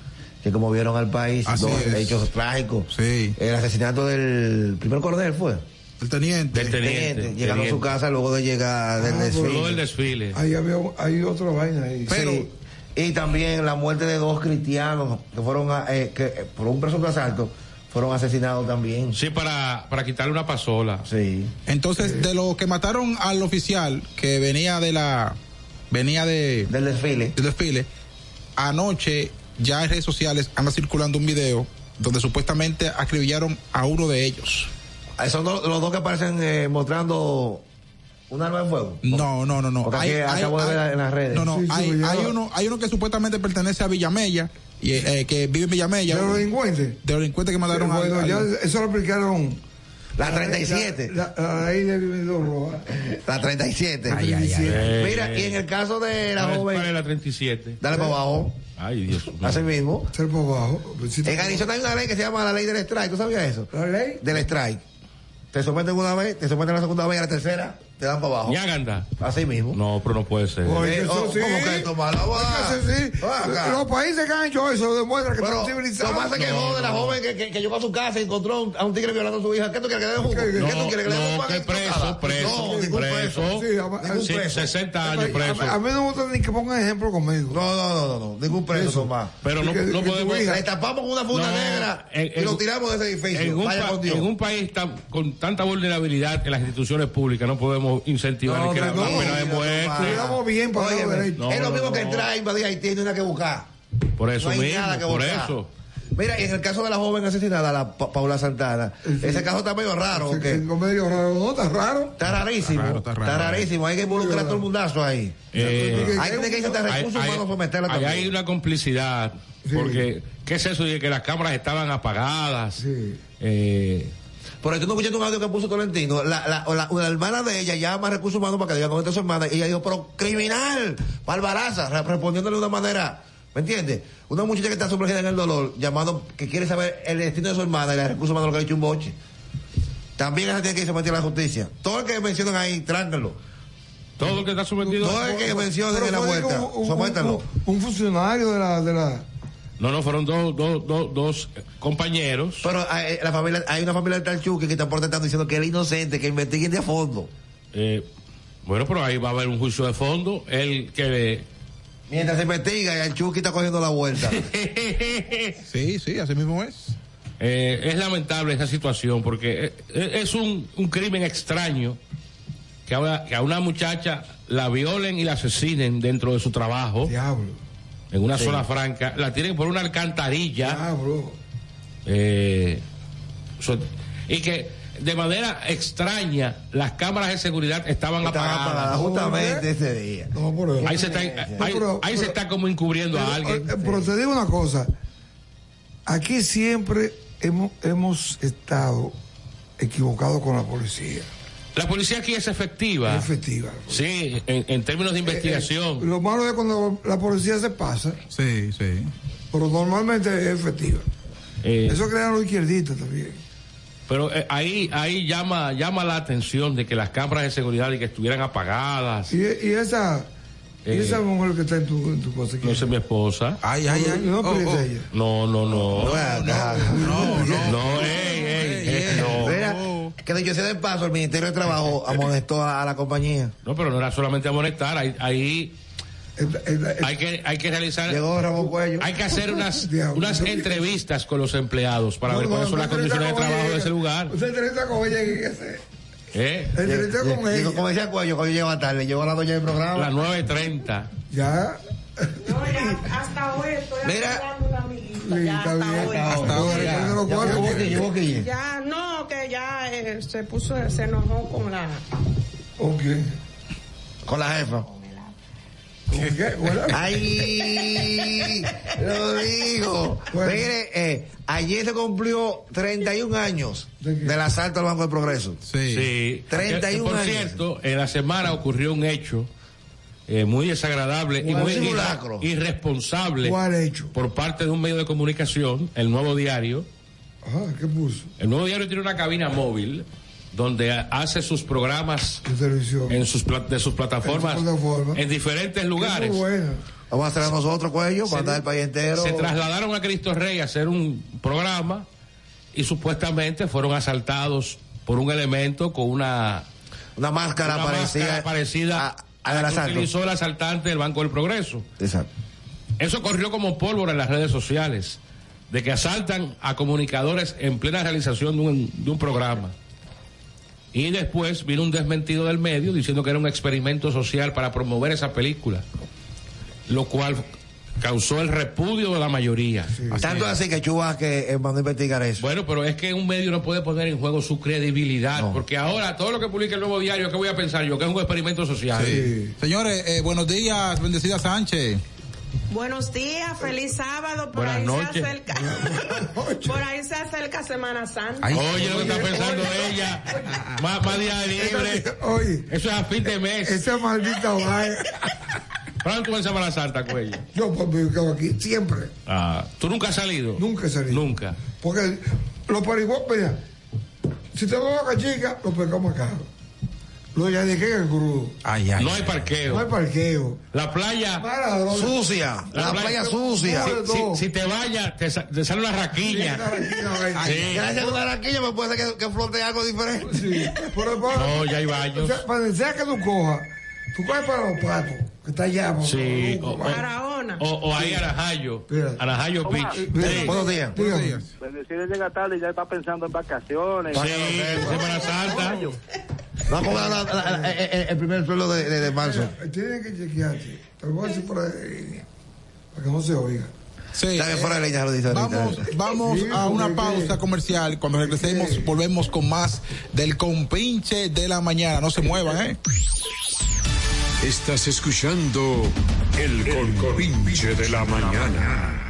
que conmovieron al país, Así dos es. hechos trágicos. El asesinato del primer coronel fue. El teniente. Del teniente, Llegando a su teniente. casa luego de llegar Ah, Ah, del desfile. Todo Ah, el desfile. Ahí había, hay otra vaina ahí. Pero, y también la muerte de dos cristianos que fueron a- eh, que, eh, por un presunto asalto fueron asesinados también. Sí, para, para quitarle una pasola. Sí. Entonces, de los que mataron al oficial que venía de la. venía de. del desfile. Del desfile. Anoche, ya en redes sociales anda circulando un video donde supuestamente acribillaron a uno de ellos. Son los, los dos que aparecen eh, mostrando un arma de fuego. No, no, no, no. Porque aquí acabo de ver en las redes. No, no, Sí, sí, pues hay, yo- hay uno, hay uno que supuestamente pertenece a Villamella, y, eh, que vive en Villamella. ¿De los delincuentes? De los delincuentes que mandaron Pero al- bueno, al- ya eso lo aplicaron. La 37. La, la- la ley de vividor roja. [laughs] La 37. ¿ah? ay, ay. 37. Mira, y en el caso de la Dale, joven. dale la 37. Dale para abajo. Ay, Dios mío. Así mismo. Ser para abajo. En Arizona hay una ley que se llama la ley del strike. ¿Tú sabías eso? La ley. Del strike. Te someten una vez, te someten la segunda vez y a la tercera te dan para abajo. Ñaganda. Así mismo. No, pero no puede ser. Oye, Eh, eso oh, sí. ¿cómo que esto, mala? Va. Eso sí. Va acá. Los países que han hecho eso demuestran que Pero, están civilizados. Lo más que jode la joven que, que, que llegó a su casa y encontró un- a un tigre violando a su hija. ¿Qué tú quieres que le dé jugo? ¿Qué tú quieres que le dé no, jugo? que preso, preso, No, ningún preso. Sí, ama- Ningún Sí, preso. 60 años a, preso. mí- a mí no me gusta ni que pongan ejemplo conmigo. No, no, no, no, no. Ningún preso, Eso. Tomás. Pero no, que- no que tu podemos. hija- Le tapamos con una funda No, negra en- y en- lo tiramos de ese edificio. En un, Vaya pa- con Dios. en un país tan- con tanta vulnerabilidad en las instituciones públicas no podemos incentivar No, ni que la, no, la no, pena de mira, muerte. Cuidamos bien para los Óyeme, derechos. es No, lo no, mismo que no. entrar a invadir Haití y no hay nada que buscar. Por eso no hay mismo, nada que por buscar. eso. Mira, y en el caso de la joven asesinada, la Pa- Paula Santana, ese caso está medio raro. Sí, ¿ok? sí, medio raro, ¿no? Está raro. Está rarísimo. Está raro, Está, está raro. rarísimo. Hay que involucrar a todo el mundazo ahí. Eh, hay que tener que irse hasta recursos hay- humanos para meterla hay- también. hay una complicidad. Porque, ¿qué es eso de que las cámaras estaban apagadas? Eh, Por tú no escuchaste un audio que puso Tolentino. La, la, o la- una hermana de ella llama a recursos humanos para que diga con esta hermana. Y ella dijo, pero criminal, Barbaraza, re- respondiéndole de una manera. ¿Me entiendes? Una muchacha que está sumergida en el dolor, llamando, que quiere saber el destino de su hermana y los recursos humanos lo que ha hecho un boche. También esa tiene que irse a meter a la justicia. Todo el que mencionan ahí, trángalo. todo lo que está sometido. Todo el que mencionen Pero en la fue vuelta, un- un- sométalo. Un funcionario de la. De la No, no, fueron dos, dos, dos, dos compañeros. Pero hay, la familia, hay una familia del tal Chucky que tampoco están diciendo que él es inocente, que investiguen de fondo. Eh, bueno, pero ahí va a haber un juicio de fondo. El que. Mientras se investiga, el Chucky está cogiendo [laughs] la vuelta. Sí, sí, así mismo es. Eh, es lamentable esta situación porque eh, eh, es un, un crimen extraño que a, que a una muchacha la violen y la asesinen dentro de su trabajo, diablo. en una Sí. zona franca, la tienen por una alcantarilla Diablo. eh, so- y que de manera extraña las cámaras de seguridad estaban Estaban apagadas apagadas. justamente ese día. ¿Eh? No, por Ahí se está, ahí- Eh, pero- ahí se pero- está como encubriendo a alguien. Eh, Pero te digo una cosa. Aquí siempre hemos, hemos estado equivocados con la policía. La policía aquí es efectiva. Es efectiva. Eh, Sí, en, en términos de investigación. Lo malo es cuando la policía se pasa, Sí, sí. pero normalmente es efectiva. Eh, Eso crean los izquierdistas también. Pero eh, ahí, ahí llama, llama la atención de que las cámaras de seguridad y que estuvieran apagadas. Y, y esa, y Eh, esa mujer que está en tu, en tu cosa. No sé mi esposa. Ay, ay, ay. No, Oh, pero oh. es ella. No, no, no. No, no. No, ey, ey, ey, no. Mira, que dicho sea de paso, el Ministerio de Trabajo amonestó a, a la compañía. No, pero no era solamente amonestar, ahí, ahí Eh, hay que, hay que realizar, hay que hacer [laughs] [laughs] unas, unas entrevistas con los empleados para ver cuáles son las condiciones de trabajo de ese lugar. Usted entrevista con ella en ese. ¿Eh? Entrevista Digo, con ella. como decía Cuello, cuando llego a tarde, llevo a la doña del programa. Las 9.30. Ya. Hasta hoy estoy Mira. hablando una amiguita. Sí, ya está hasta bien, hoy. está bien. Ya, Hasta ahora, ya, ¿cuál? llevó que- llevó que- Ya, no, que ya eh, se puso, se enojó con la. Ok. Con la jefa. ¿Con qué? Bueno. ¡Ay! Lo digo. Mire, eh, ayer se cumplió 31 años del asalto al Banco del Progreso. Sí. Sí. 31 Por años. cierto, en la semana ocurrió un hecho eh, muy desagradable y ¿Cuál muy simulacro? irra- irresponsable ¿Cuál hecho? por parte de un medio de comunicación, el Nuevo Diario. Ajá, ¿qué puso? El Nuevo Diario tiene una cabina móvil donde ha- hace sus programas De televisión. en sus pla- de sus plataformas en, plataforma. diferentes lugares. Muy buena. Vamos a hacer a nosotros, cuello, para dar el país entero. Se trasladaron a Cristo Rey a hacer un programa y supuestamente fueron asaltados por un elemento con una una máscara parecida parecida a, al la que asalto. utilizó el asaltante del Banco del Progreso. Exacto. Eso corrió como pólvora en las redes sociales, de que asaltan a comunicadores en plena realización de un, de un programa. Y después vino un desmentido del medio diciendo que era un experimento social para promover esa película, lo cual causó el repudio de la mayoría. Tanto así que Chubas que eh, mandó a investigar eso. Bueno, pero es que un medio no puede poner en juego su credibilidad, porque ahora todo lo que publica el nuevo diario, ¿qué voy a pensar yo? Que es un experimento social. Señores, eh, buenos días, bendecida Sánchez. Buenos días, feliz sábado. Por Buenas ahí noches. se acerca. por ahí se acerca Semana Santa. Ay, Oye, lo que está pensando ella. Más, más día libre. Ah, Oye. Eso es a Ah, fin de mes. Esa maldita vaina. ¿Cuándo tú vas a Semana Santa, cuello? Yo pues, me quedo aquí siempre. Ah, ¿Tú nunca has salido? Nunca he salido. Nunca. Porque los perigos, mira, si te vas a Boca Chica, los pegamos acá. Los ya dije que crudo. no hay parqueo. No hay parqueo. La playa Maradona. Sucia. La playa sucia. Si, Todo. si- si te vayas, te, sa- te sale una raquilla. Sí. Gracias a una raquilla me puede ser que, que flote algo diferente. Sí. Pero, pero, No, Oh, ya hay baños. o sea, para donde sea que tú cojas, tú coges para los patos, um que está allá. por Sí. O, o- Mameluco, para- o- o ahí Arajayo. Arajayo Beach. Sí. Buenos días. Bendecido llega tarde y ya está pensando en vacaciones. Sí, Semana Santa. Va a cobrar la- la- la- eh, eh, el primer sueldo de, de- de marzo. Mira, Tienen que chequearte. Te lo voy a decir por ahí, para que no se oiga. Sí, Está bien, eh, fuera de leña, lo dice ahorita. Vamos, vamos Sí, a una porque- pausa comercial. Cuando regresemos, volvemos con más del compinche de la mañana. No se muevan, ¿eh? Estás escuchando El Compinche de la Mañana.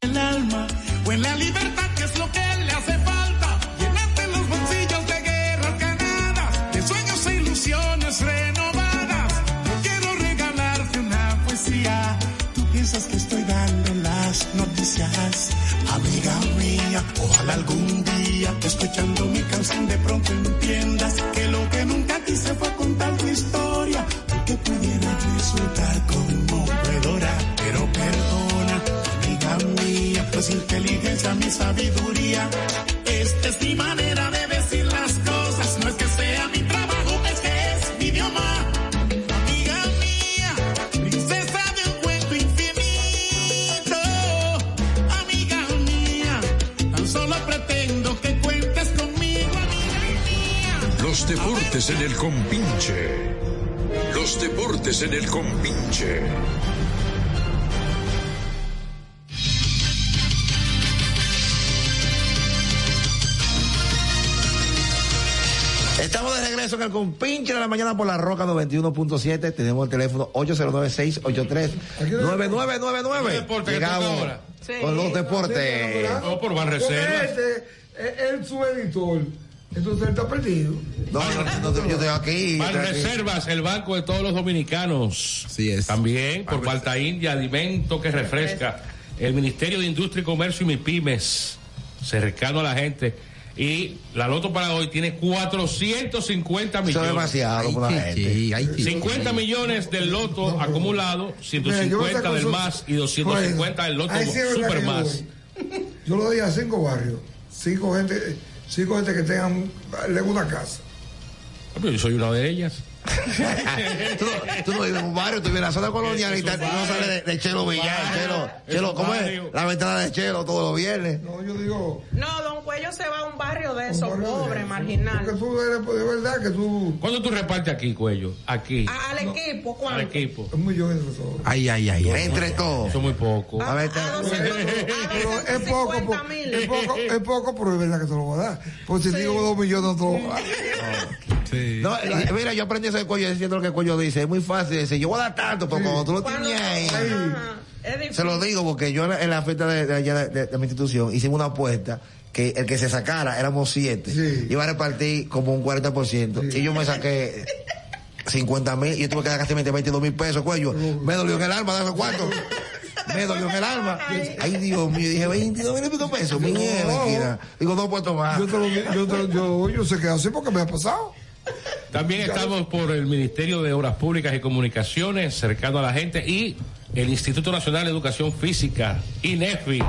El alma o en la libertad que es lo que le hace falta. Llenarte los bolsillos de guerras ganadas, de sueños e ilusiones renovadas. Yo quiero regalarte una poesía. Tú piensas que estoy dando las noticias. Amiga mía, ojalá algún día, escuchando mi canción, de pronto entiendas que lo que nunca quise fue contar tu historia. Que pudiera resultar conmovedora, pero perdona amiga mía, pues inteligencia, mi sabiduría. Esta es mi manera de decir las cosas, no es que sea mi trabajo, es que es mi idioma. Amiga mía, princesa de un cuento infinito. Amiga mía, tan solo pretendo que cuentes conmigo, amiga mía. Los deportes en el compinche. Los deportes en el compinche. Estamos de regreso en el compinche de la mañana por la Roca 91.7. Tenemos el teléfono 809-683-9999. Deporte, ¿qué toca Llegamos ahora? con los deportes. No, por Banreservas. Porque este es el su editor. Entonces él está perdido. No, no, yo estoy aquí. Banreservas, el banco de todos los dominicanos. Así es. También por Malta India, alimento que refresca. El Ministerio de Industria y Comercio y MIPIMES, cercano a la gente. Y la loto para hoy tiene 450 millones. Eso es demasiado por la gente. 50 millones del loto acumulado, Mira, Eh, yo voy 150 a sacar del esos- más y 250 del loto Ahí sí es verdad super que yo más. voy. Yo lo doy a cinco barrios, cinco gente, cinco gente que tengan le una casa. Pero yo soy una de [laughs] ellas. Eh, tú, tú no vives en un barrio, tú vives en la zona colonial y tal, no sales de, de Chelo Villar. Chelo, Chelo, ¿cómo es? La ventana de Chelo todos los viernes. No, yo digo. No, Don Cuello se va a un barrio de esos pobres, Porque marginal. tú eres pues, de verdad que tú. ¿Cuándo tú repartes aquí, cuello? Aquí. A- al equipo, Al ¿cuánto? equipo. Un millón entre todos. Ay, ay, ay. Entre todos. Eso muy poco. A ver, Pero es poco, po- es poco, es poco, pero es verdad que te lo voy a dar. Porque si digo dos millones, no te lo voy a dar. No, eh, mira, yo aprendí eso de cuello diciendo lo que el cuello dice. Es muy fácil decir, yo voy a dar tanto, pero cuando tú lo tienes ahí. Se lo digo porque yo en la- en la fiesta de, de allá de- de- de mi institución hicimos una apuesta que el que se sacara éramos siete. Iba a repartir como un 40%. Y yo me saqué 50 mil y yo tuve que dar casi 22 mil pesos, cuello. Me dolió en el alma de esos cuartos. Me dolió en el alma. Ay, Dios mío, dije 22 mil y pico pesos. Mi mierda. Digo, no puedo tomar. Yo, te lo, yo, te- yo, yo sé que es así porque me ha pasado. [laughs] También estamos por el Ministerio de Obras Públicas y Comunicaciones, cercano a la gente, y el Instituto Nacional de Educación Física, INEFI.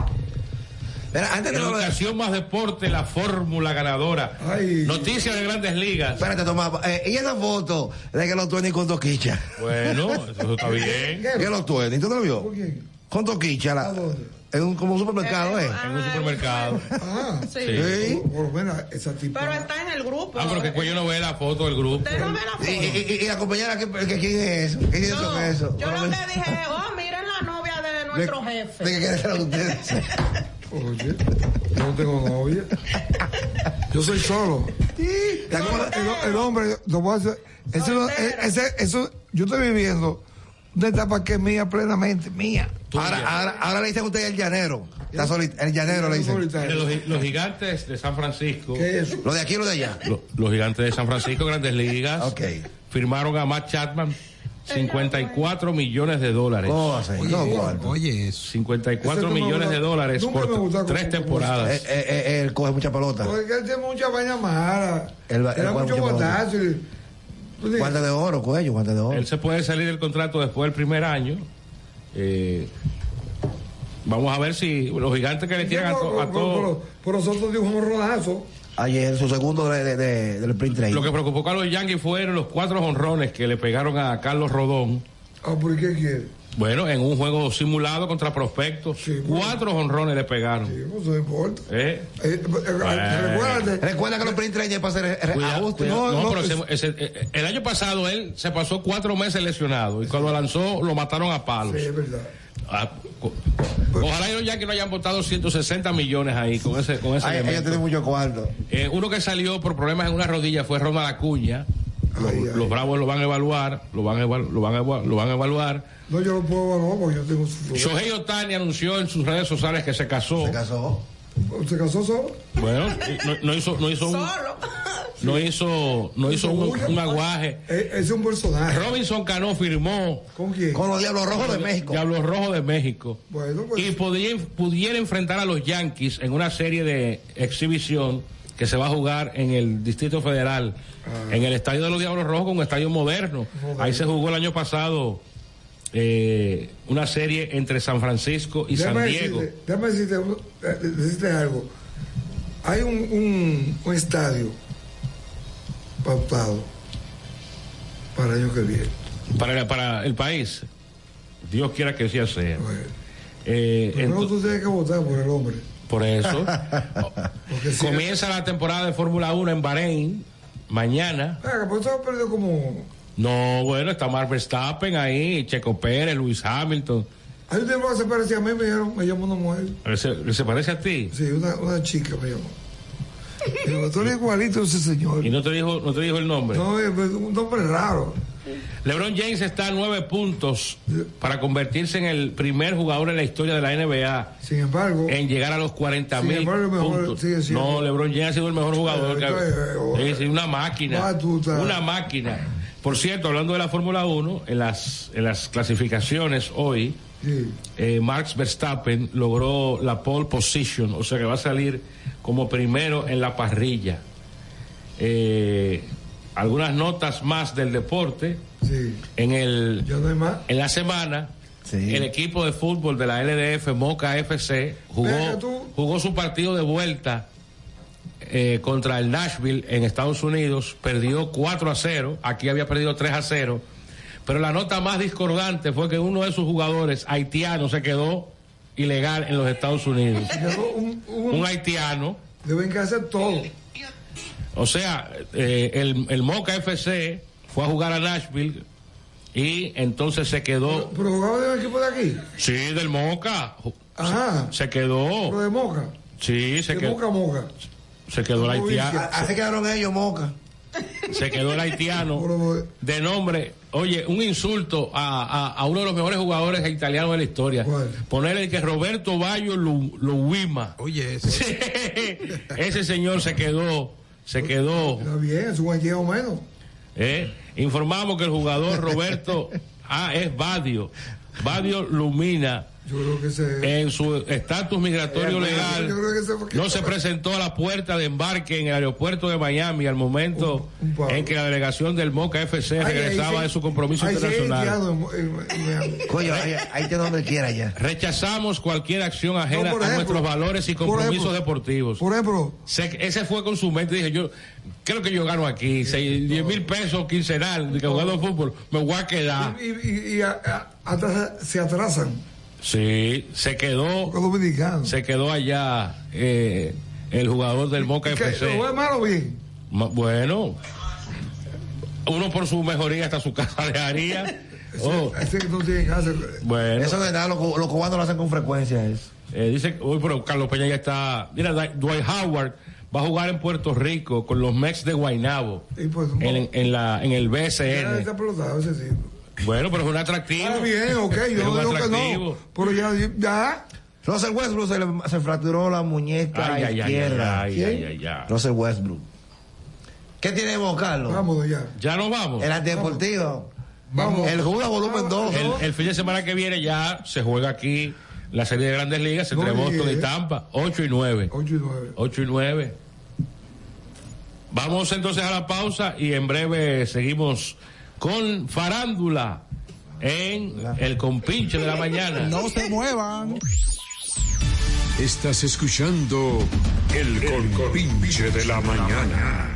Educación más deporte, la fórmula ganadora. Noticias de grandes ligas. Espérate, Tomás. eh, y esa foto de que lo tuene con Toquicha. Bueno, eso está bien. [laughs] Que lo tuene. ¿Tú no lo vio? Con Toquicha. la- en un, como un supermercado, ¿eh? En un supermercado. Ah, Sí. Sí. Por lo menos esa tipa. Pero está en el grupo. Ah, pero que cuello no ve la foto del grupo. Y, y- y- y la compañera, que, que- ¿quién es eso? ¿Quién es eso? ¿Qué es eso? Yo lo que dije, oh, miren la novia de nuestro De- jefe. de que quieren ser ustedes. Oye, yo no tengo novia. Yo soy solo. El, el hombre, lo voy a hacer- ese no- ese- eso, yo estoy viviendo una etapa que es mía, plenamente mía. Ahora, ahora, ahora le dicen ustedes el llanero. Está soli- el llanero le dicen. Mire, Los, gi- los gigantes de San Francisco. Lo de aquí o lo de allá. Lo- los gigantes de San Francisco, grandes ligas. Firmaron a Matt Chapman 54 millones de dólares. Oh, sí. No, cuarto. Oye, 54 Ese número millones me de gusta- dólares nunca me por gustó tres como- como- temporadas. Eh, eh, eh, él coge mucha pelota. Porque él tiene mucha vaina mala. Él va- él Era juega mucho mucho botazo. y- pues, Guarda de oro, cuello, guarda de oro. Él se puede salir del contrato después del primer año. Eh, vamos a ver si los gigantes que le tiran a, to- a todos. Por nosotros dio un rodazo. Ayer, su segundo de- de- de- del print trade. Lo que preocupó a los Yankees fueron los cuatro honrones que le pegaron a Carlos Rodón. Ah, ¿por qué quiere? Bueno, en un juego simulado contra prospectos, cuatro honrones le pegaron. Pues no importa. ¿Eh? recuérdate. Eh, Recuerda que los print trade es para hacer re- Cuidado, ajuste. cuidado. No, No, no, pero es- ese- ese- eh, el año pasado él se pasó cuatro meses lesionado y cuando lanzó lo mataron a palos. Sí, es verdad. Ah, co- Ojalá y los Yankees no hayan votado 160 millones ahí con ese con ese Ay, elemento. ella tiene mucho cuarto. Eh, uno que salió por problemas en una rodilla fue Ronald Acuña. Los, los bravos lo van a evaluar, lo van a, evalu- lo van a evalu- lo van a evaluar. No, yo no puedo evaluar porque yo tengo su. Shohei Otani anunció en sus redes sociales que se casó. Se casó. ¿Se casó solo? Bueno, no, no hizo, no hizo un, no hizo, no hizo un, un aguaje. es un personaje. Robinson Cano firmó con quién? Con los Diablos Rojos de México. Diablos Rojos de México. pues Y podría, pudiera enfrentar a los Yankees en una serie de exhibición que se va a jugar en el Distrito Federal, en el Estadio de los Diablos Rojos, un estadio moderno. Ah. Moderno. Ahí se jugó el año pasado eh, una serie entre San Francisco y San Diego. Decirte, déjame decirte, uno- eh, decirte algo. Hay un, un- un estadio pautado para el año que viene. Para, para el país. Dios quiera que sea sea. Eh, Pero ento- tú tienes que votar por el hombre. por [laughs] eso. Comienza la temporada de Fórmula 1 en Bahrein, mañana. Venga, pues tú has perdido como. No, bueno, está Mark Verstappen ahí, Checo Pérez, Luis Hamilton. Hay un tiempo que se parecía a mí, me, dijeron, me llamó una mujer. ¿Se, se parece a ti? Sí, una, una chica me llamó. Digo, tú eres igualito a ese señor. ¿Y no te dijo, no te dijo el nombre? No, es un nombre raro. LeBron James está a nueve puntos para convertirse en el primer jugador en la historia de la NBA Sin embargo, en llegar a los 40 Sin mil embargo, el mejor puntos. sigue siendo- Eh, No, LeBron James ha sido el mejor jugador. que ha- Sí, sí, una máquina. Batuta. Una máquina. Por cierto, hablando de la Fórmula 1, en las, en las clasificaciones hoy, sí. eh, Max Verstappen logró la pole position, o sea que va a salir como primero en la parrilla. Eh, algunas notas más del deporte. En, el, en la semana, el equipo de fútbol de la LDF, Moca FC, Venga, jugó, tú. jugó su partido de vuelta eh, contra el Nashville en Estados Unidos, perdió 4 a 0, aquí había perdido 3 a 0, pero la nota más discordante fue que uno de sus jugadores haitiano se quedó ilegal en los Estados Unidos. un, Un haitiano. Deben que hacer todo. O sea, eh, el, el Moca FC fue a jugar a Nashville y entonces se quedó... ¿Pero jugaba de un equipo de aquí? Sí, del Moca. Ju- Ajá. Se, se quedó. ¿Pero de Moca? Sí, se de quedó. Moca a Moca. Se quedó el haitiano. Así quedaron ellos, Moca. se quedó el [laughs] eh, haitiano de nombre, oye, un insulto a, a- a uno de los mejores jugadores italianos de la historia. Ponerle que Roberto Bayo Lu- Luima. [laughs] Oye, eso. Sí. Ese señor se quedó, se quedó. Está bien, es un equipo menos. ¿eh? Informamos que el jugador [laughs] Roberto ah, es Badio. Badio Lumina. Yo creo que se. En su estatus migratorio Eh, legal. yo creo que se fue- No se presentó a la puerta de embarque en el aeropuerto de Miami al momento en que la delegación del Moca FC Ay, regresaba ahí sí. de su compromiso Ahí sí eh, hay internacional. haitiano en- en- en Miami. Coño, ahí, ahí tiene donde quiera ya. Rechazamos cualquier acción ajena No, por a ejemplo, nuestros valores y por compromisos ejemplo, deportivos. Por ejemplo, Se- ese fue con su mente, dije yo, ¿qué es lo que yo gano aquí? Eh, Seis- 10 mil pesos quincenal, de que jugando fútbol, me voy a quedar. y, y- y a- a- atrasa- se atrasan. Sí, se quedó. Se quedó allá eh, el jugador del Boca ¿Qué? FC. ¿Lo ve mal o bien? Ma- Bueno, uno por su mejoría hasta su casa [laughs] le haría. Oh, Ese que no tiene casa. bueno. Eso de nada, los, cu- los cubanos lo hacen con frecuencia. Eso. Eh, dice, uy, pero Carlos Peña ya está. Mira, Dw- Dwight Howard va a jugar en Puerto Rico con los Mex de Guaynabo. pues, en, en la, en el Ya BCN. está explotado ese tipo. Bueno, pero es un atractivo. Está bien, ok, [laughs] Es yo no un digo que atractivo. no. Pero ya, ya. Russell Westbrook se, le- se fracturó la muñeca Ay, ay, ay, izquierda. ay, ay, ay, ay. Russell Westbrook. ¿Qué tenemos, Carlos? Vámonos ya. Ya nos vamos. El antideportivo. El Jura volumen 2. El, el fin de semana que viene ya se juega aquí la serie de grandes ligas entre No Boston llegué. y Tampa, 8 y 9. 8 y 9. 8 y 9. Vamos entonces a la pausa y en breve seguimos con farándula en el compinche de la mañana. No se muevan. Estás escuchando El Compinche de la Mañana.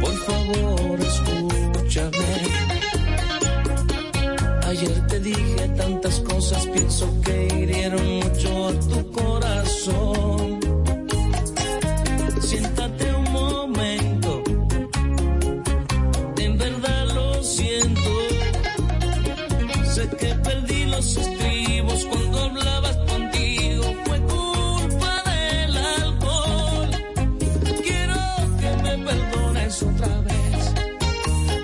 Por favor, escúchame. Ayer te dije tantas cosas, pienso que hirieron mucho a tu corazón. Siéntate un momento. En verdad lo siento. Sé que perdí los estribos cuando hablabas contigo. Fue culpa del alcohol. Quiero que me perdones otra vez.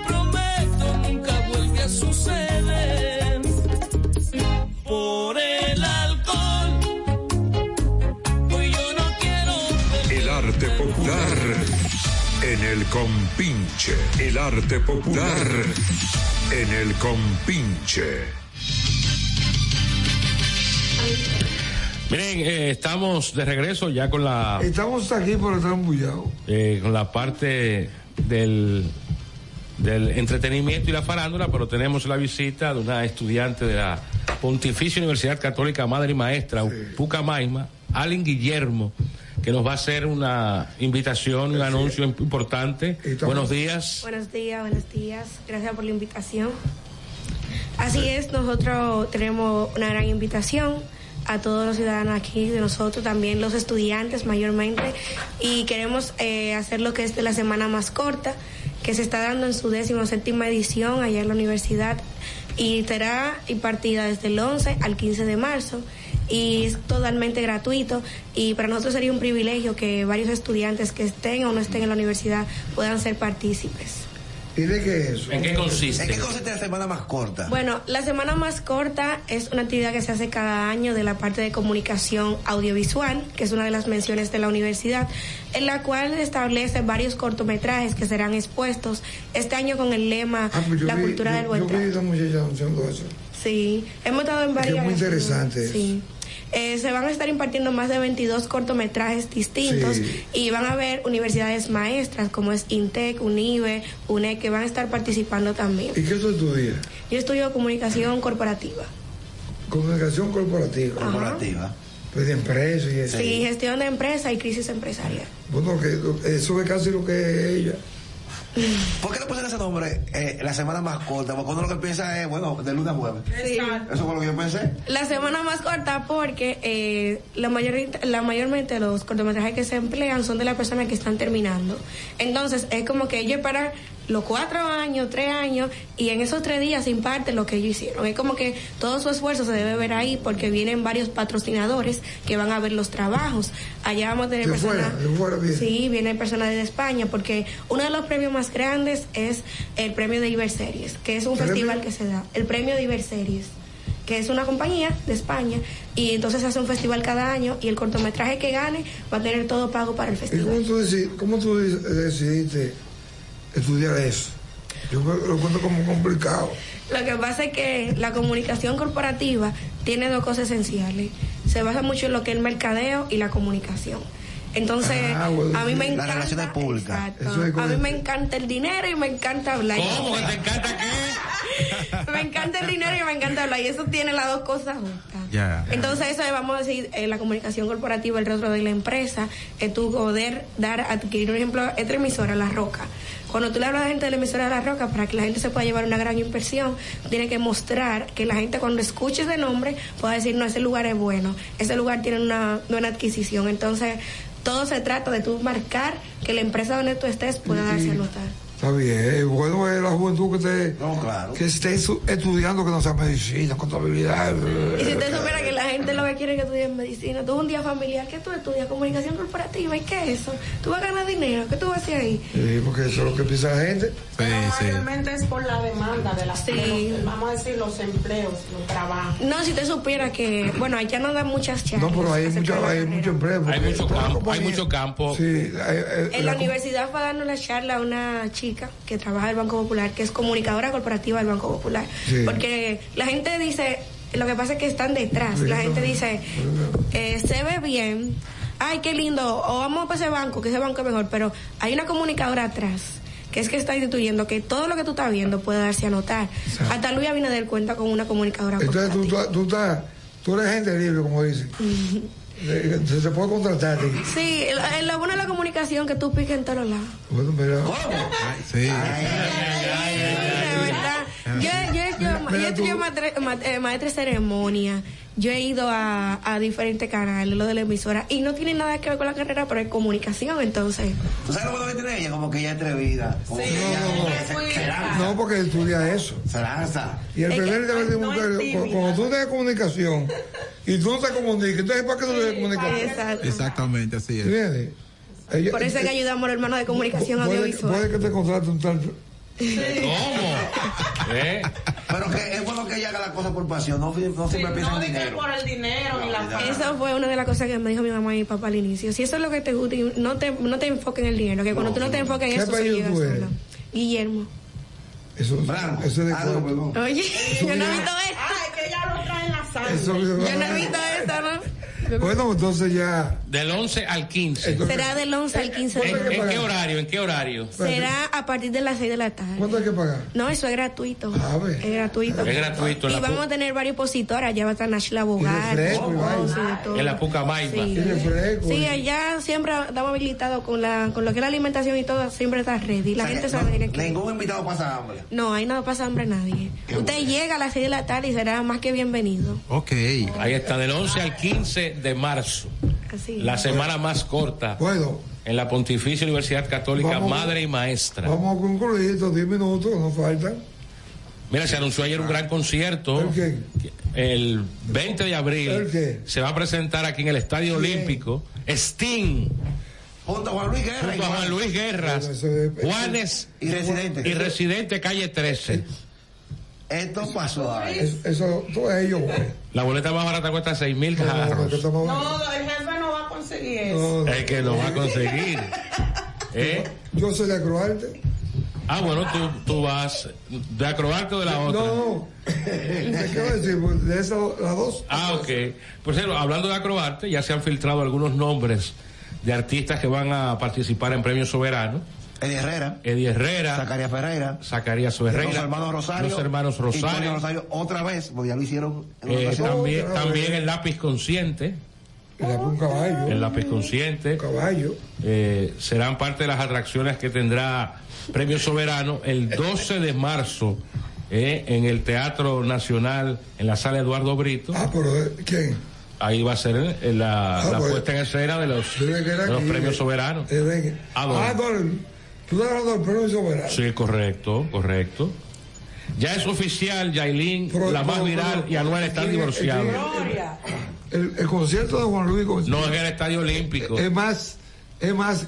Prometo nunca vuelve a suceder. Por el alcohol. Hoy yo no quiero El arte popular en el compinche. El arte popular en el compinche. Miren, eh, estamos de regreso ya con la Estamos aquí por estar embullados. eh, con la parte del, del entretenimiento y la farándula, pero tenemos la visita de una estudiante de la Pontificia Universidad Católica Madre y Maestra, Pucamaima, Allen Guillermo, que nos va a hacer una invitación, un anuncio imp- importante. Buenos días. Buenos días, buenos días. Gracias por la invitación. Así es, nosotros tenemos una gran invitación a todos los ciudadanos aquí de nosotros, también los estudiantes mayormente, y queremos eh, hacer lo que es de la semana más corta, que se está dando en su décimo séptima edición allá en la universidad, y será impartida desde el 11 al 15 de marzo, y es totalmente gratuito, y para nosotros sería un privilegio que varios estudiantes que estén o no estén en la universidad puedan ser partícipes. ¿Y de qué es eso? ¿En qué consiste? ¿En qué consiste la semana más corta? Bueno, la semana más corta es una actividad que se hace cada año de la parte de comunicación audiovisual, que es una de las menciones de la universidad, en la cual establece varios cortometrajes que serán expuestos este año con el lema Ah, pues yo La vi- cultura yo- del buen Yo vi a esa muchacha anunciando eso. Sí, hemos estado en varias. Es muy interesante eso. Sí. Eh, se van a estar impartiendo más de 22 cortometrajes distintos Sí. y van a haber universidades maestras como es INTEC, UNIBE, UNED que van a estar participando también. ¿Y qué tú estudias? Yo estudio comunicación corporativa. Comunicación corporativa. Corporativa. Pues de empresa y Sí. eso. gestión de empresa y crisis empresarial. Bueno, que lo- eso es casi lo que es ella. ¿Por qué le pusieron ese nombre eh, la semana más corta? Porque uno lo que piensa es, bueno, de lunes a jueves. Eso fue lo que yo pensé. La semana más corta porque eh, la, mayor, la mayormente los cortometrajes que se emplean son de las personas que están terminando. Entonces es como que ellos paran los cuatro años, tres años y en esos tres días se imparte lo que ellos hicieron. Es como que todo su esfuerzo se debe ver ahí porque vienen varios patrocinadores que van a ver los trabajos. Allá vamos a tener De personas... fuera, de fuera viene. Sí, vienen personas de España porque uno de los premios más grandes es el premio de Iberseries, que es un ¿Premio? festival que se da. El premio de Iberseries que es una compañía de España, y entonces hace un festival cada año y el cortometraje que gane va a tener todo pago para el ¿Y festival. cómo tú, deci- cómo tú dec- decidiste estudiar eso? Yo me- lo encuentro como complicado. Lo que pasa es que la comunicación corporativa tiene dos cosas esenciales. Se basa mucho en lo que es el mercadeo y la comunicación. Entonces, Ah, bueno, a mí me sí. Las encanta... relaciones públicas. Exacto. a mí me encanta el dinero y me encanta hablar. ¿Cómo que te encanta qué? [laughs] me encanta el dinero y me encanta hablar. Y eso tiene las dos cosas juntas. Ya. Entonces eso es, vamos a decir, eh, la comunicación corporativa, el rostro de la empresa, es tu poder dar, adquirir, un ejemplo, esta emisora, La Roca. Cuando tú le hablas a la gente de la emisora La Roca, para que la gente se pueda llevar una gran impresión, tiene que mostrar que la gente cuando escuche ese nombre pueda decir, no, ese lugar es bueno, ese lugar tiene una buena adquisición. Entonces, todo se trata de tú marcar que la empresa donde tú estés pueda darse a notar. Está bien, eh, bueno es la juventud que esté, que esté estu- estudiando, que no sea medicina, contabilidad. Y si usted supiera que la gente lo que quiere es que estudie medicina, tú un día familiar que tú estudias comunicación corporativa, ¿y qué es eso? ¿Tú vas a ganar dinero? ¿Qué tú vas a hacer ahí? Sí, porque eso es lo que piensa la gente. Ah, Realmente es por la demanda de las Sí. de los- vamos a decir los empleos, los trabajos. No, si usted supiera que, bueno, allá no dan muchas charlas. No, pero hay mucho, hay mucho empleo. Hay mucho campo, hay mucho campo. Sí, eh, hay- hay- En la universidad fue a darnos la charla a una chica que trabaja del Banco Popular, que es comunicadora corporativa del Banco Popular. Sí. Porque la gente dice, lo que pasa es que están detrás. Sí, La no. gente dice, eh, se ve bien, ay, qué lindo, o vamos para ese banco, que ese banco es mejor, pero hay una comunicadora atrás que es que está instituyendo que todo lo que tú estás viendo puede darse a notar. Hasta Luis Abinader cuenta con una comunicadora. Entonces tú, tú, tú estás, tú eres gente libre, como dicen. Eh, Se te puede contratar. a ti. Sí, lo- lo bueno de la comunicación que tú piques en todos lados. Bueno, mira. Sí. Yo, yo, he hecho- yo he estudiado matre- ma- eh, maestra, de ceremonia. Yo he ido a, a diferentes canales, lo de la emisora, y no tiene nada que ver con la carrera, pero es comunicación, entonces. ¿Tú sabes lo bueno que tiene ella? Como que ella es atrevida. Como que ella se- se lanza. No, porque estudia eso. Se lanza. Y el Es que primer deber de no es mujer, tímida. cu- cuando tú tienes comunicación y tú no te comunicas, entonces ¿para qué tú te comunicas? Exacto. Exactamente, así es. ¿Entiendes? Ella- Por eso es que eh, ayudamos a los hermanos de comunicación puede- Puede audiovisual. que te contrate un tal. ¿Eh? Pero que es bueno que ella haga las cosas por pasión. No, no siempre piensa No en dije dinero. por el dinero ni la Eso fue una de las cosas que me dijo mi mamá y mi papá al inicio. Si eso es lo que te gusta, y no te, no te enfoques en el dinero, que cuando tú no te enfoques en ¿Qué eso, se país llega tú eres? solo. Guillermo. Eso, eso es de cuerpo. Oye, yo no he visto esto. Ay, que ella lo trae en la sangre. Eso yo mismo. no he visto esto, ¿no? Bueno, entonces ya. Del 11 al 15. Será del 11 al 15 de ¿En, en qué noviembre. horario? ¿En qué horario? Será a partir de las 6 de la tarde. ¿Cuánto hay que pagar? Ah, No, eso es gratuito. Es gratuito. Es gratuito, Y la vamos pu- a tener varios positores. Allá va a estar Nashla Bogar. En la Pucamaypa. Sí. Sí, allá siempre estamos habilitados con la con lo que es la alimentación y todo, siempre está ready. La gente se va a venir aquí. Ningún invitado pasa hambre. No, ahí no pasa hambre a nadie. Usted llega a las 6 de la tarde y será más que bienvenido. Ok. Ahí está, del 11 al 15 de marzo. Así. La semana más corta. En la Pontificia Universidad Católica, Vamos. madre y maestra. Vamos a concluir estos 10 minutos, no faltan. Mira, se anunció ayer un gran concierto. ¿El, 20 de abril se va a presentar aquí en el Estadio Olímpico Sting. Junto a Juan Luis Guerra. Junto a Juan Luis Guerra. Juanes Y Residente. Y Residente, calle 13. Esto pasó. Eso, eso todo pues. ello, güey. La boleta más barata cuesta 6 mil No, el jefe no va a conseguir eso. Es que lo va a conseguir. [laughs] ¿Eh? [laughs] Yo soy de Croarte. Ah, bueno, tú, tú vas de acrobata o de la otra. No, ¿qué voy a decir? Pues, De esas las dos. Ah, ok. Por cierto, hablando de acrobarte, ya se han filtrado algunos nombres de artistas que van a participar en Premio Soberano. Eddie Herrera. Eddie Herrera. Zacarías Ferreira. Zacarías Ferreira. Los hermanos Rosario. Pues, Los hermanos y Antonio Rosario. Rosario otra vez, porque ya lo hicieron. en Eh, una ocasión. también, también el lápiz consciente. El lápiz consciente. Eh, serán parte de las atracciones que tendrá Premio Soberano el 12 de marzo eh, en el Teatro Nacional, en la sala Eduardo Brito. Ah, pero eh, ¿quién? Ahí va a ser eh, la, Ah, la pues. puesta en escena de los, que era de los aquí, Premios eh, Soberanos. Eh, venga. Ah, bueno. Ah, Don, tú estás hablando del premio soberano. Sí, correcto, correcto. Ya es oficial, Yailin, la más viral, y Anuel están divorciados. El, el concierto de Juan Luis González No en el Estadio Olímpico. es más, es más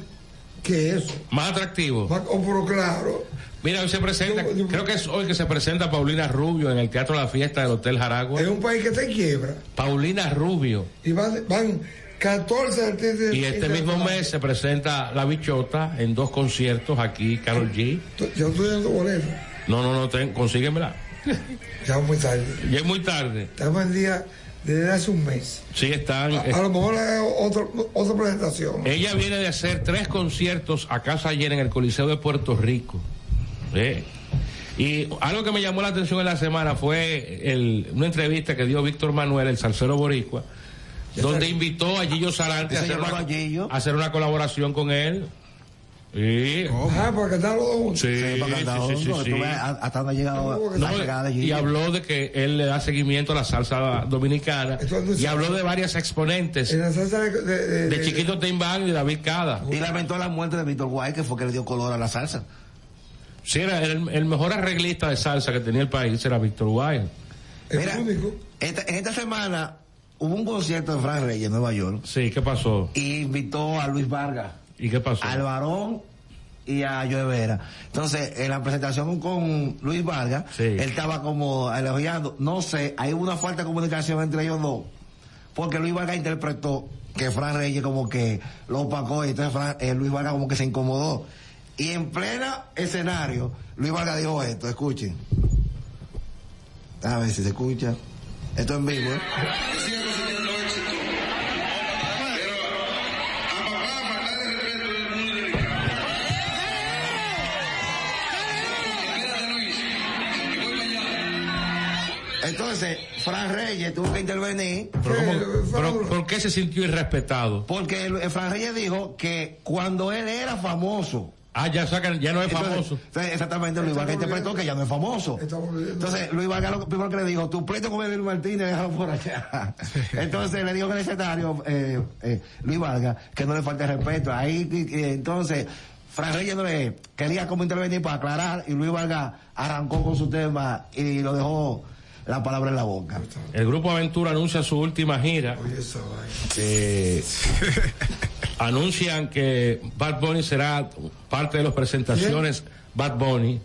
que eso. Más atractivo. Va- oh, pero claro. Mira, hoy se presenta, creo que es hoy que se presenta Paulina Rubio en el Teatro La Fiesta del Hotel Jaragua. Es un país que te quiebra. Paulina Rubio. Y van, van 14 artistas. Y este mismo mes se presenta La Bichota en dos conciertos aquí, Carol G. Yo estoy dando boleto. No, no, no, ten, consíguemela. Ya es muy tarde. Ya es muy tarde. Estamos en día desde hace un mes. Sí, están. A, a lo mejor hago otro- otra presentación. Ella viene de hacer tres conciertos a casa ayer en el Coliseo de Puerto Rico. ¿eh? Y algo que me llamó la atención en la semana fue el- una entrevista que dio Víctor Manuel, el salsero boricua, donde invitó a Gillo Sarante a Ese hacer, llamado una, a hacer una colaboración con él. Y, Ah, para cantar los dos juntos. Sí, Sí, porque andaba sí, sí, junto, sí, tú sí. ves a- Hasta donde ha llegado No, la llegada de y Gillo. habló de que él le da seguimiento a la salsa dominicana y habló de varias exponentes En la salsa de, de- de- de Chiquito Timbán y David Cada. Y lamentó la muerte de Víctor Guay, que fue que le dio color a la salsa. Sí, era el, el mejor arreglista de salsa que tenía el país era Víctor Wild. Mira, esta, en esta semana hubo un concierto de Frank Reyes en Nueva York. Sí, ¿qué pasó? Y invitó a Luis Vargas. ¿Y qué pasó? Al varón y a Joe Vera. Entonces, en la presentación con Luis Vargas, él estaba como elogiando. No sé, hay una falta de comunicación entre ellos dos. Porque Luis Vargas interpretó que Fran Reyes como que lo opacó y entonces Fran- eh, Luis Vargas como que se incomodó. Y en plena escenario, Luis Vargas dijo esto, escuchen. A ver si se escucha. Esto en vivo, ¿eh? Entonces, Fran Reyes tuvo que intervenir. Pero, ¿cómo- pero ¿por qué se sintió irrespetado? Porque el- el Fran Reyes dijo que cuando él era famoso. Ah, ya sacan, ya no es Entonces, famoso. entonces, exactamente, Luis Vargas interpretó que ya no es famoso. Entonces, Luis Vargas lo primero que le dijo, tu pleito con Edwin Martínez, déjalo por allá. [laughs] Entonces, le dijo en el escenario, eh, eh, Luis Vargas, que no le falte respeto. Ahí, eh, entonces, Fran Reyes no le quería como intervenir para aclarar y Luis Vargas arrancó con su tema y lo dejó la palabra en la boca. El grupo Aventura anuncia su última gira. Eh, anuncian que Bad Bunny será parte de las presentaciones Bad Bunny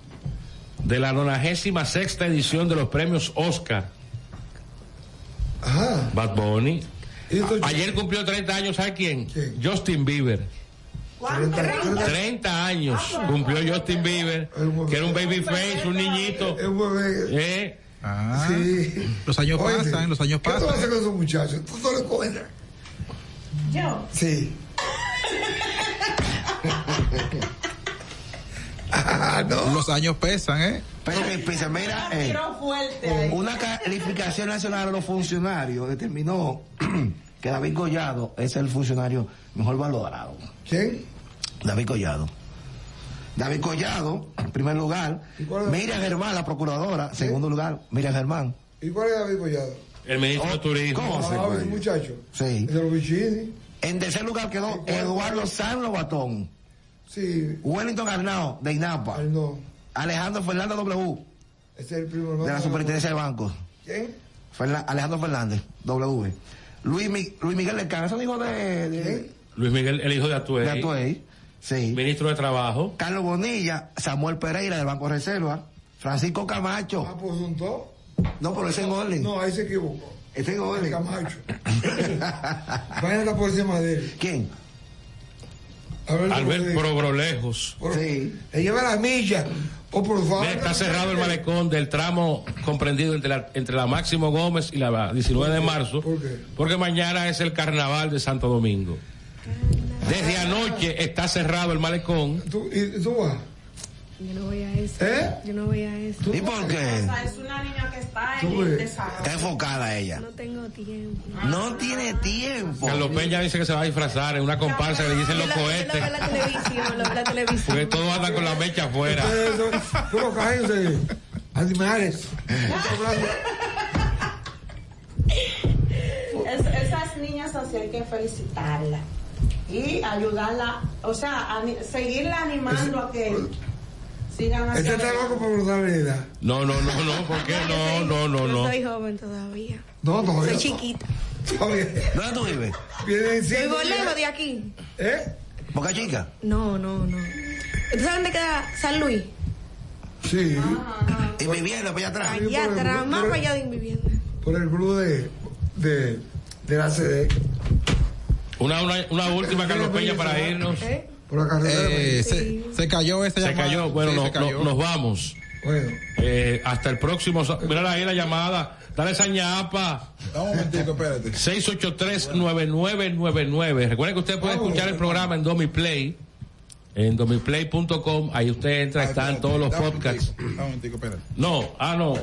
de la 96 sexta edición de los premios Oscar. Bad Bunny. A- ayer cumplió 30 años, ¿sabe quién? Justin Bieber. 30 años cumplió Justin Bieber, que era un baby face, un niñito. Eh, Ah, Sí. [laughs] Los años Oye, pasan, los años ¿Qué tú vas a hacer pasan. con esos muchachos? Tú solo encuentras. Yo. Sí. [laughs] Ah, no. Los años pesan, ¿eh? Pero que empieza, mira, eh, una calificación nacional a los funcionarios determinó [clears throat] que David Collado es el funcionario mejor valorado. ¿Quién? David Collado. David Collado, en primer lugar. Miriam Germán, la procuradora. Segundo lugar, Miriam Germán. ¿Y cuál es David Collado? el ministro de Turismo. ¿Cómo se Ah, puede? el muchacho. Sí. De los bichini. En tercer lugar quedó Eduardo San Lobatón. Sí. Wellington Arnao, de INAPA. Alejandro Fernández W, Ese Este es el primo hermano. de la Superintendencia de Bancos. ¿Quién? Fernan- Alejandro Fernández, W. Luis, Mi- Luis Miguel Lecán, eso dijo de, de, Luis Miguel, el hijo de Atuey. de Atuey. Sí. Ministro de Trabajo. Carlos Bonilla, Samuel Pereira del Banco Reserva, Francisco Camacho. Ah, pues son dos. No, pero ese en orden. No, ahí se equivocó. Este en orden. [laughs] Camacho. Vayan a la policía de él. ¿Quién? Albert Probrolejos. Sí. Lleva la milla. O por favor. Está cerrado el malecón del tramo comprendido entre la, entre la Máximo Gómez y la 19 de marzo, porque mañana es el carnaval de Santo Domingo. Desde anoche está cerrado el malecón. ¿Y tú vas? Yo no voy a eso. ¿Eh? Yo no voy a eso. ¿Y por qué? O sea, es una niña que está Tú, en eh, el desarrollo. Está enfocada ella. No tengo tiempo. No tiene tiempo. Carlos Peña dice que se va a disfrazar en una comparsa que le dicen los cohetes, La televisión, la, la televisión. porque todos andan con la mecha afuera. Ustedes son- Pero cállense. Animales. Ah. Es- esas niñas así hay que felicitarla y ayudarla, o sea, ani- seguirla animando a que sigan Este hacia está loco por brutalidad. No, no, no, no, ¿por qué? No, no, no, Yo no. soy joven todavía. No, no, Soy yo- chiquita. ¿Dónde tú vives? ¿Vivo lejos de aquí? ¿Eh? Boca Chica. No, no, no. ¿Tú sabes dónde queda San Luis? Sí. Y pues, viviendo para allá atrás. Allá atrás, más para allá de mi vivienda. Por el club de, de, de la E. CD. Una, una, una última, Carlos Peña, para irnos. Por la carretera. pues. Eh, se, se cayó esa Se llamada. cayó, bueno, Sí, no- se cayó. no- nos vamos. Eh, hasta el próximo. sa- Mira ahí la llamada. Dale esa ñapa. Dame un momentico, espérate. 683-9999. Recuerden que usted puede escuchar el programa en Domiplay. En domiplay.com. Ahí usted entra, están todos los podcasts. Ah, Dame un momentico, espérate. No, ah, no.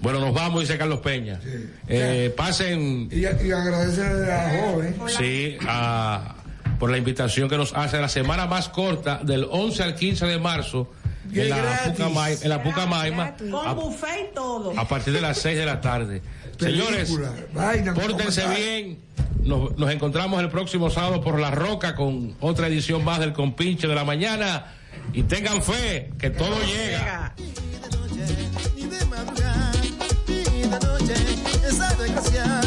Bueno, nos vamos, dice Carlos Peña. Eh, pasen, Y, y agradecerle a la joven. sí, a- por la invitación que nos hace la semana más corta, del 11 al 15 de marzo, Y en la, gratis. Pucamaima, en la Pucamaima, con a- buffet y todo. a partir de las 6 de la tarde. Señores, Película, vaina, pórtense comentario. bien. Nos, nos encontramos el próximo sábado por La Roca con otra edición más del Compinche de la Mañana. Y tengan fe que todo llega. Y de madrugada y de noche, esa desgracia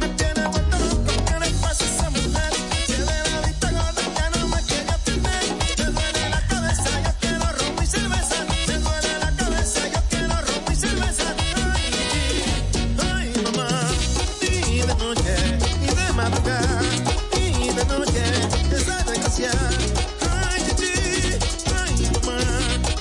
me tiene vuelto loco. ¿Qué le pasa a esa mujer? Tiene la vista gorda, ya no me quiere atender. Me duele la cabeza, yo quiero romo y cerveza. Me duele la cabeza, yo quiero romo y cerveza. Ay, ay, mamá. Y de noche, y de madrugada, y de noche, esa desgracia. Ay, chichi, ay, mamá.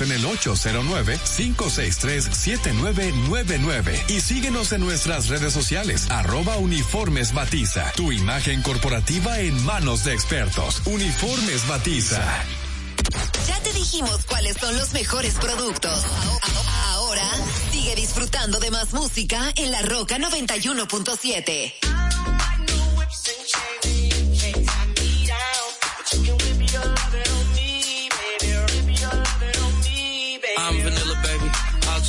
en el 809-563-7999 y síguenos en nuestras redes sociales arroba uniformes batiza. Tu imagen corporativa en manos de expertos. Uniformes batiza. Ya te dijimos cuáles son los mejores productos. Ahora- Ahora sigue disfrutando de más música en La Roca 91.7. I'm vanilla, baby. I'll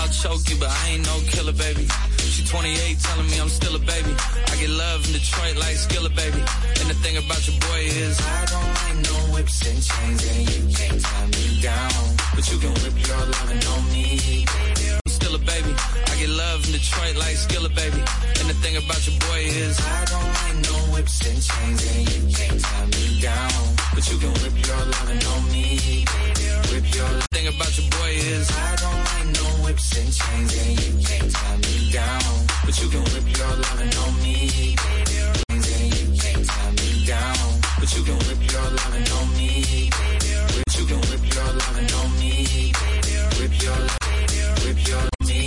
I'll choke you, but I ain't no killer, baby. She 28, telling me I'm still a baby. I get love in Detroit like Skillet, baby. And the thing about your boy is I don't like no whips and chains, and you can't tie me down. But you can whip your loving on me, baby. I'm still a baby. I get love in Detroit like Skillet, baby. And the thing about your boy is I don't like no whips and chains, and you can't tie me down. But you can whip your loving on me, baby. Whip your thing about your boy is I don't like no whips and chains, and you can't tie me down. But you can whip your loving on me, baby. And you can't tie me down. But you can whip